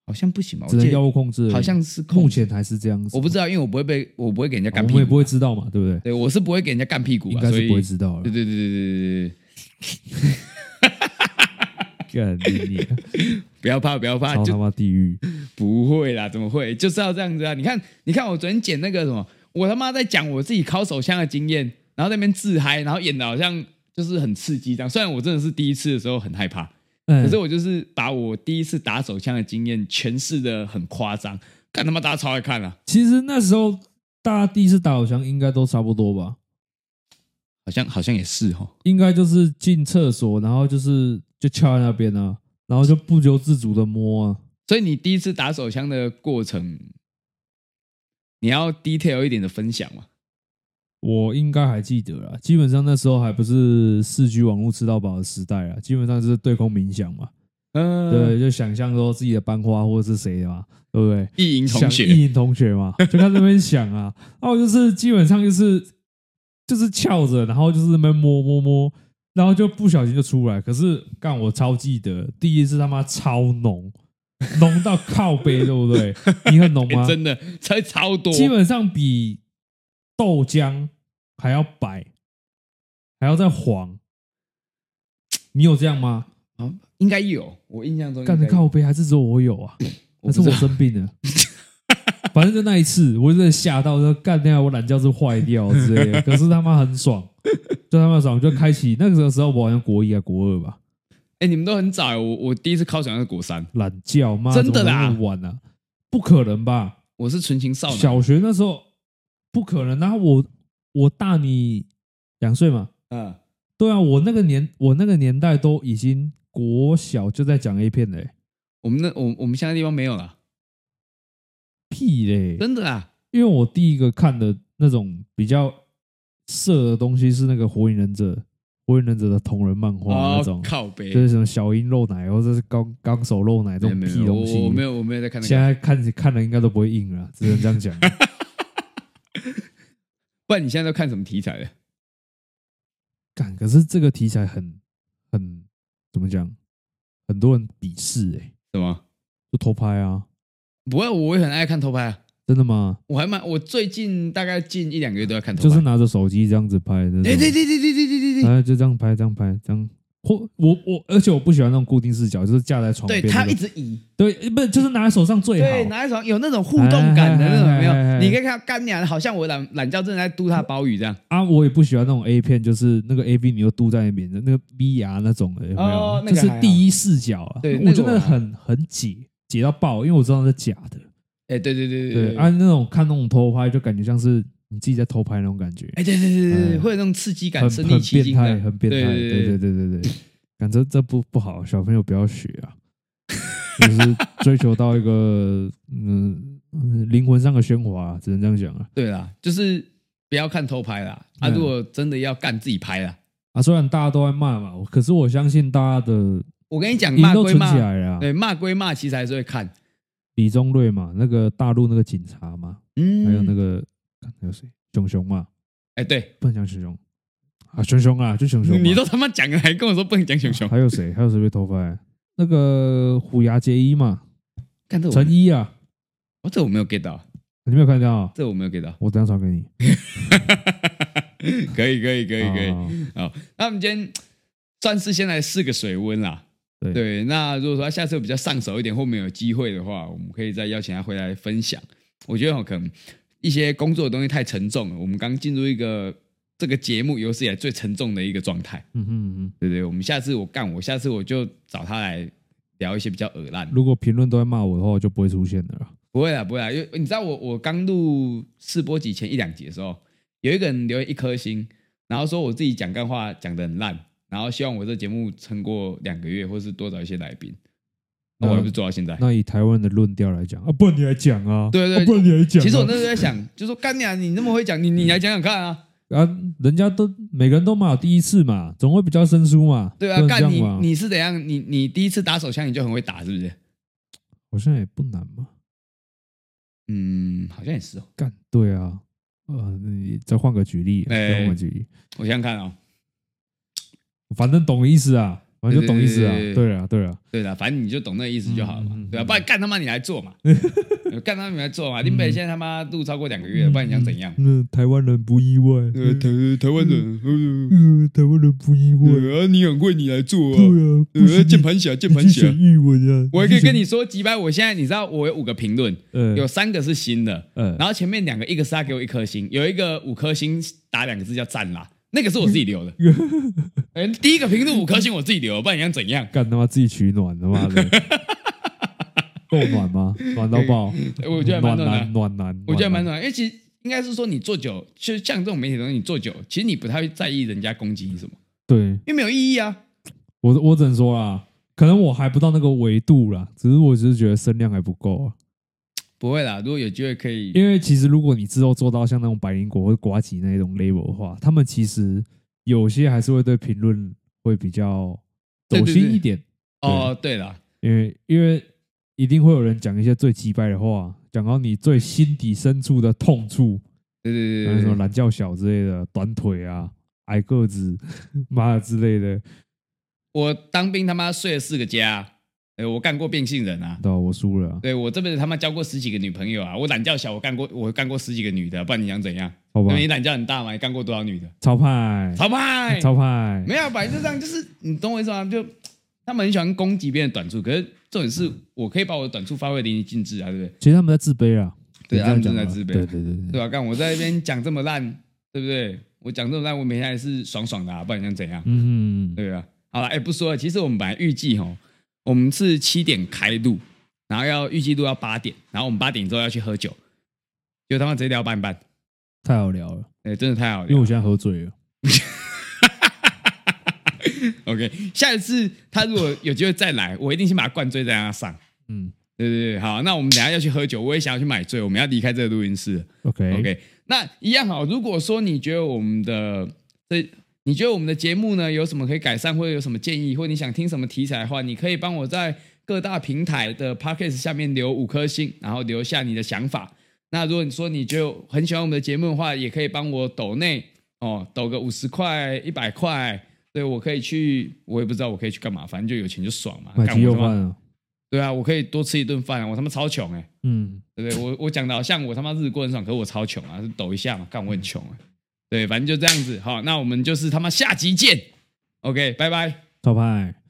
A: 好像不行吧？我
B: 只
A: 记
B: 能药
A: 得
B: 物控制而已。
A: 哦好像是控
B: 目
A: 制
B: 前还是这样子。
A: 我不知道，因为我不会被我不会给人家干
B: 我
A: 屁股，
B: 们
A: 啊
B: 也不会知道嘛，对不对？
A: 对我是不会给人家干屁股、
B: 应
A: 啊，
B: 该
A: 所
B: 是
A: 以
B: 不会知道了
A: 对。对对对对对对，<laughs>
B: 干你娘，
A: 不要怕不要怕，
B: 超
A: 啊就
B: 他妈地
A: <laughs>
B: 狱！
A: 不会啦，怎么会？就是要这样子啊！你看，你看我昨天剪那个什么，我他妈在讲我自己敲手枪的经验，然后在那边自嗨，然后演的好像就是很刺激这样。虽然我真的是第一次的时候很害怕，
B: 哎
A: 可是我就是把我第一次打手枪的经验诠释的很夸张，看他妈大家超爱看啊！
B: 其实那时候大家第一次打手枪应该都差不多吧，
A: 好像好像也是哦，
B: 应该就是进厕所，然后就是就翘在那边啊，然后就不由自主的摸啊。
A: 所以你第一次打手枪的过程，你要 detail 一点的分享嘛？
B: 我应该还记得啦，基本上那时候还不是四 G 网络吃到饱的时代啊，基本上就是对空冥想嘛，
A: 嗯，
B: 对，，就想象说自己的班花或者是谁嘛，对不对？
A: 意淫同
B: 想
A: 学，
B: 意淫同学
A: <laughs>
B: 嘛，就在那边想啊，然后就是基本上就是就是翘着，然后就是那边摸摸摸，然后就不小心就出来。可是干我超记得第一次他妈超浓，浓到靠背，对不
A: <laughs>
B: 对？你很浓吗
A: 欸、？真的超超多，
B: 基本上比豆浆还要白，还要再黄。你有这样吗？
A: 啊，应该有，我印象中应该
B: 干的
A: 有
B: 靠背还是只有我有啊？
A: 我不
B: 那是
A: 知
B: 我
A: 道
B: 生病了。 <laughs> 反正就那一次，我真的吓到，说干掉我懒觉是坏掉之类的。可是他妈很爽，就他妈爽，就开启那个时候我好像国一啊国二吧，
A: 哎、你们都很早欸，我我第一次考想是国三，
B: 懒觉妈
A: 真的啦哦
B: 怎么那么晚啊，不可能吧？
A: 我是纯情少男，
B: 小学那时候不可能。然后我我大你两岁嘛，
A: 嗯，
B: 对啊，我那个年我那个年代都已经国小就在讲 A 片欸嘞、
A: 我们那我我们现在地方没有了，
B: 屁嘞！
A: 真的啊啦，
B: 因为我第一个看的那种比较色的东西是那个《火影忍者》，《火影忍者》的同人漫画那种，
A: 哦靠背，
B: 就是什么小樱露奶或者是钢钢手露奶这
A: 没有
B: 种
A: 没有，
B: 屁东
A: 我我没
B: 西。
A: 有我没有在看那
B: 现
A: 个，
B: 在看看了应该都不会硬了，只能这
A: <laughs>
B: 样讲。
A: 不然你现在都看什么题材的？
B: 干，可是这个题材很很怎么讲？很多人鄙视哎、
A: 什么？
B: 就偷拍啊，
A: 不会，我也很爱看偷拍啊，
B: 真的吗？
A: 我还蛮我最近大概近一两个月都在看偷拍，哎
B: 就是拿着手机这样子拍的那种。
A: 对对对对对对对对对，
B: 哎，就这样拍，这样拍，这样。或我我，而且我不喜欢那种固定视角，就是架在床
A: 对
B: 边
A: 他
B: 那
A: 一
B: 种。
A: 直移，
B: 对，呃不就是拿在手上最
A: 对，
B: 好。
A: 拿一种有那种互动感的那种，有没
B: 哎哎哎哎
A: 有？
B: 哎
A: 你可以看到干娘好像我懒懒觉正在嘟他包雨这样，
B: 啊，我也不喜欢那种 A 片，就是那个 A V 你又嘟在那边的那个 V R 那种的，有没有？
A: 哦那
B: 就
A: 个
B: 是
A: 还好
B: 第一视角啊。
A: 对
B: 我
A: 那
B: 觉
A: 个
B: 得
A: 我还
B: 很很解解到爆，因为我知道那是假的。
A: 哎，对对对
B: 对
A: 对
B: 啊，，那种看那种偷拍，就感觉像是你自己在偷拍那种感觉，
A: 哎，对对对对对，
B: 哎
A: 会有那种刺激感，
B: 很
A: 身临
B: 很
A: 其
B: 变
A: 境的
B: 态，，很变态。
A: 对对
B: 对对对对对，感觉这不不好，小朋友不要学啊。就是追求到一个嗯嗯灵魂上的升华啊、只能这样讲啊。
A: 对啦，就是不要看偷拍啦，啊，
B: 嗯
A: 如果真的要干自己拍啦，
B: 啊，虽然大家都在骂嘛，我可是我相信大家的
A: 我跟你讲，
B: 音
A: 骂
B: 都
A: 归
B: 存起
A: 骂，
B: 来了、啊。
A: 对，骂归骂，其实还是会看，
B: 李宗瑞嘛，那个大陆那个警察嘛，
A: 嗯，
B: 还有那，个、干还有谁，熊熊嘛，
A: 哎，对，
B: 不能讲熊熊啊，熊熊啊，就熊熊嘛。
A: 你都他妈讲了，还跟我说不能讲熊熊，
B: 还有谁？还有谁被偷拍？那个虎牙结衣嘛，
A: 看这我
B: 陈，一啊，
A: 哦这我没有 get 到，
B: 你没有看到啊？
A: 这我没有 get 到，
B: 我等一下传给你。
A: 可以，可以，可以，可以。
B: 啊
A: 那我们今天算是先来试个水温啦。
B: 对
A: 对，那如果说他下次比较上手一点，后面有机会的话，我们可以再邀请他回来分享。我觉得哦可能一些工作的东西太沉重了，我们刚进入一个这个节目有史以来最沉重的一个状态。
B: 嗯哼嗯哼，
A: 对对，我们下次我干，我下次我就找他来聊一些比较恶烂的。
B: 如果评论都在骂我的话，我就不会出现的了。
A: 不会啦，啊不会啦，因为你知道我我刚录试播集前一两集的时候，有一个人留言一颗星，然后说我自己讲干话讲的很烂，然后希望我这节目撑过两个月，或是多找一些来宾。那我还不是做到现在。
B: 那以台湾的论调来讲啊，不然你来讲啊，
A: 对对
B: 啊不然你来讲啊。
A: 其实我那时候在想，就说干娘，你那么会讲，你你来讲讲看啊。
B: 啊，人家都每个人都嘛有第一次嘛，总会比较生疏嘛。
A: 对
B: 不
A: 啊，
B: 能这
A: 干
B: 样
A: 你
B: 嘛
A: 你是怎样？你你第一次打手枪你就很会打，是不是？
B: 好像也不难嘛。
A: 嗯，好像也是哦。
B: 干，对啊，呃，你再换个举例啊，
A: 哎
B: 再换个举例，
A: 我想想看哦。
B: 反正懂意思啊，反正就懂意思啊。
A: 对对对
B: 对啊，对啊，
A: 对的，反正你就懂那意思就好了嘛
B: 嗯嗯，嗯
A: 对吧、不然干他妈你来做 <laughs> 嘛，干他妈你来做嘛。林北现在他妈录超过两个月了，不然你想怎样？
B: 嗯那台湾人不意外，
A: 呃，台台湾人，呃
B: 呃，台湾人不意外，
A: 呃，啊你很会，你来做啊，
B: 对啊，不
A: 呃，
B: 行
A: 键盘侠，键
B: 你
A: 盘
B: 去
A: 侠。
B: 选日文啊，
A: 我还可以跟
B: 你
A: 你说，几百，我现在你知道，我有五个评论，有
B: <laughs> 呃
A: 三个是新的，
B: 呃
A: 然后前面两个，一个是他给我一颗星，有一个五颗星打两个字叫赞啦，那个是我自己留的。哎，第一个评论五颗星我自己留的，不然你想怎样？
B: 干他妈自己取暖他
A: <laughs>
B: 妈的，够暖吗？暖到爆！
A: 我觉得还蛮暖
B: 暖
A: 的啊
B: 男，暖男，
A: 我觉得蛮暖，因为其实应该是说你做久，就是像这种媒体东西，你做久，其实你不太会在意人家攻击你什么，
B: 对
A: 因为没有意义啊。
B: 我我只能说啦，可能我还不到那个维度啦，只是我只是觉得声量还不够啊。
A: 不会啦，如果有机会可以，
B: 因为其实如果你之后做到像那种百灵果或者瓜吉那种 label 的话，他们其实有些还是会对评论会比较走心一点，
A: 哦，对啦，
B: 因为因为一定会有人讲一些最击败的话，讲到你最心底深处的痛处，
A: 对对
B: 像
A: 对
B: 什么
A: 对对，
B: 懒觉小之类的，短腿啊、矮个子、妈的之类的，
A: 我当兵他妈睡了四个家，哎，我干过变性人啊。
B: 到我输了啊、
A: 对我这辈子他妈交过十几个女朋友啊！我懒觉小，我干过我干过十几个女的，不然你想怎样？
B: 好吧
A: 那，你懒觉很大嘛？你干过多少女的？
B: 超派，
A: 超派，
B: 超派，
A: 没有，反正就这样，就是你懂我意思吗？就他们很喜欢攻击别人的短处，可是重点是我可以把我的短处发挥得淋漓尽致啊，对不对？
B: 其实他们在自卑啊，
A: 对
B: 你这样讲
A: 他们正
B: 吧
A: 在自卑
B: 对对对对，
A: 对吧、干我在那边讲这么烂，对不对？我讲这么烂，我每天还是爽爽的、啊，不然你想怎样？
B: 嗯，
A: 对啊，好了，哎、不说了。其实我们本来预计哦，我们是七点开录，然后要预计录到八点，然后我们八点之后要去喝酒，就他妈直接聊半半，
B: 太好聊了，
A: 哎、真的太好
B: 因为
A: 聊
B: 我
A: 了。
B: 现在喝醉了，
A: OK，下一次他如果有机会再来，我一定先把他灌醉在他上。
B: 嗯
A: 对对对，好，那我们等一下要去喝酒，我也想要去买醉，我们要离开这个录音室了。
B: ，OK
A: OK，那一样好。如果说你觉得我们的这，你觉得我们的节目呢有什么可以改善，或者有什么建议，或者你想听什么题材的话，你可以帮我在各大平台的 Podcast 下面留五颗星，然后留下你的想法。那如果你说你就很喜欢我们的节目的话，也可以帮我抖内哦，抖个五十块、一百块，对我可以去，我也不知道我可以去干嘛，反正就有钱就爽嘛。
B: 买
A: 干
B: 鸡
A: 我
B: 肉
A: 他妈
B: 饭啊，
A: 对啊，我可以多吃一顿饭啊，我他妈超穷哎、
B: 嗯，
A: 对不对？我我讲的好像我他妈日子过得很爽，可是我超穷啊，是抖一下嘛，干我很穷啊。对，反正就这样子。好，那我们就是他妈下集见。OK，拜拜。
B: 超派。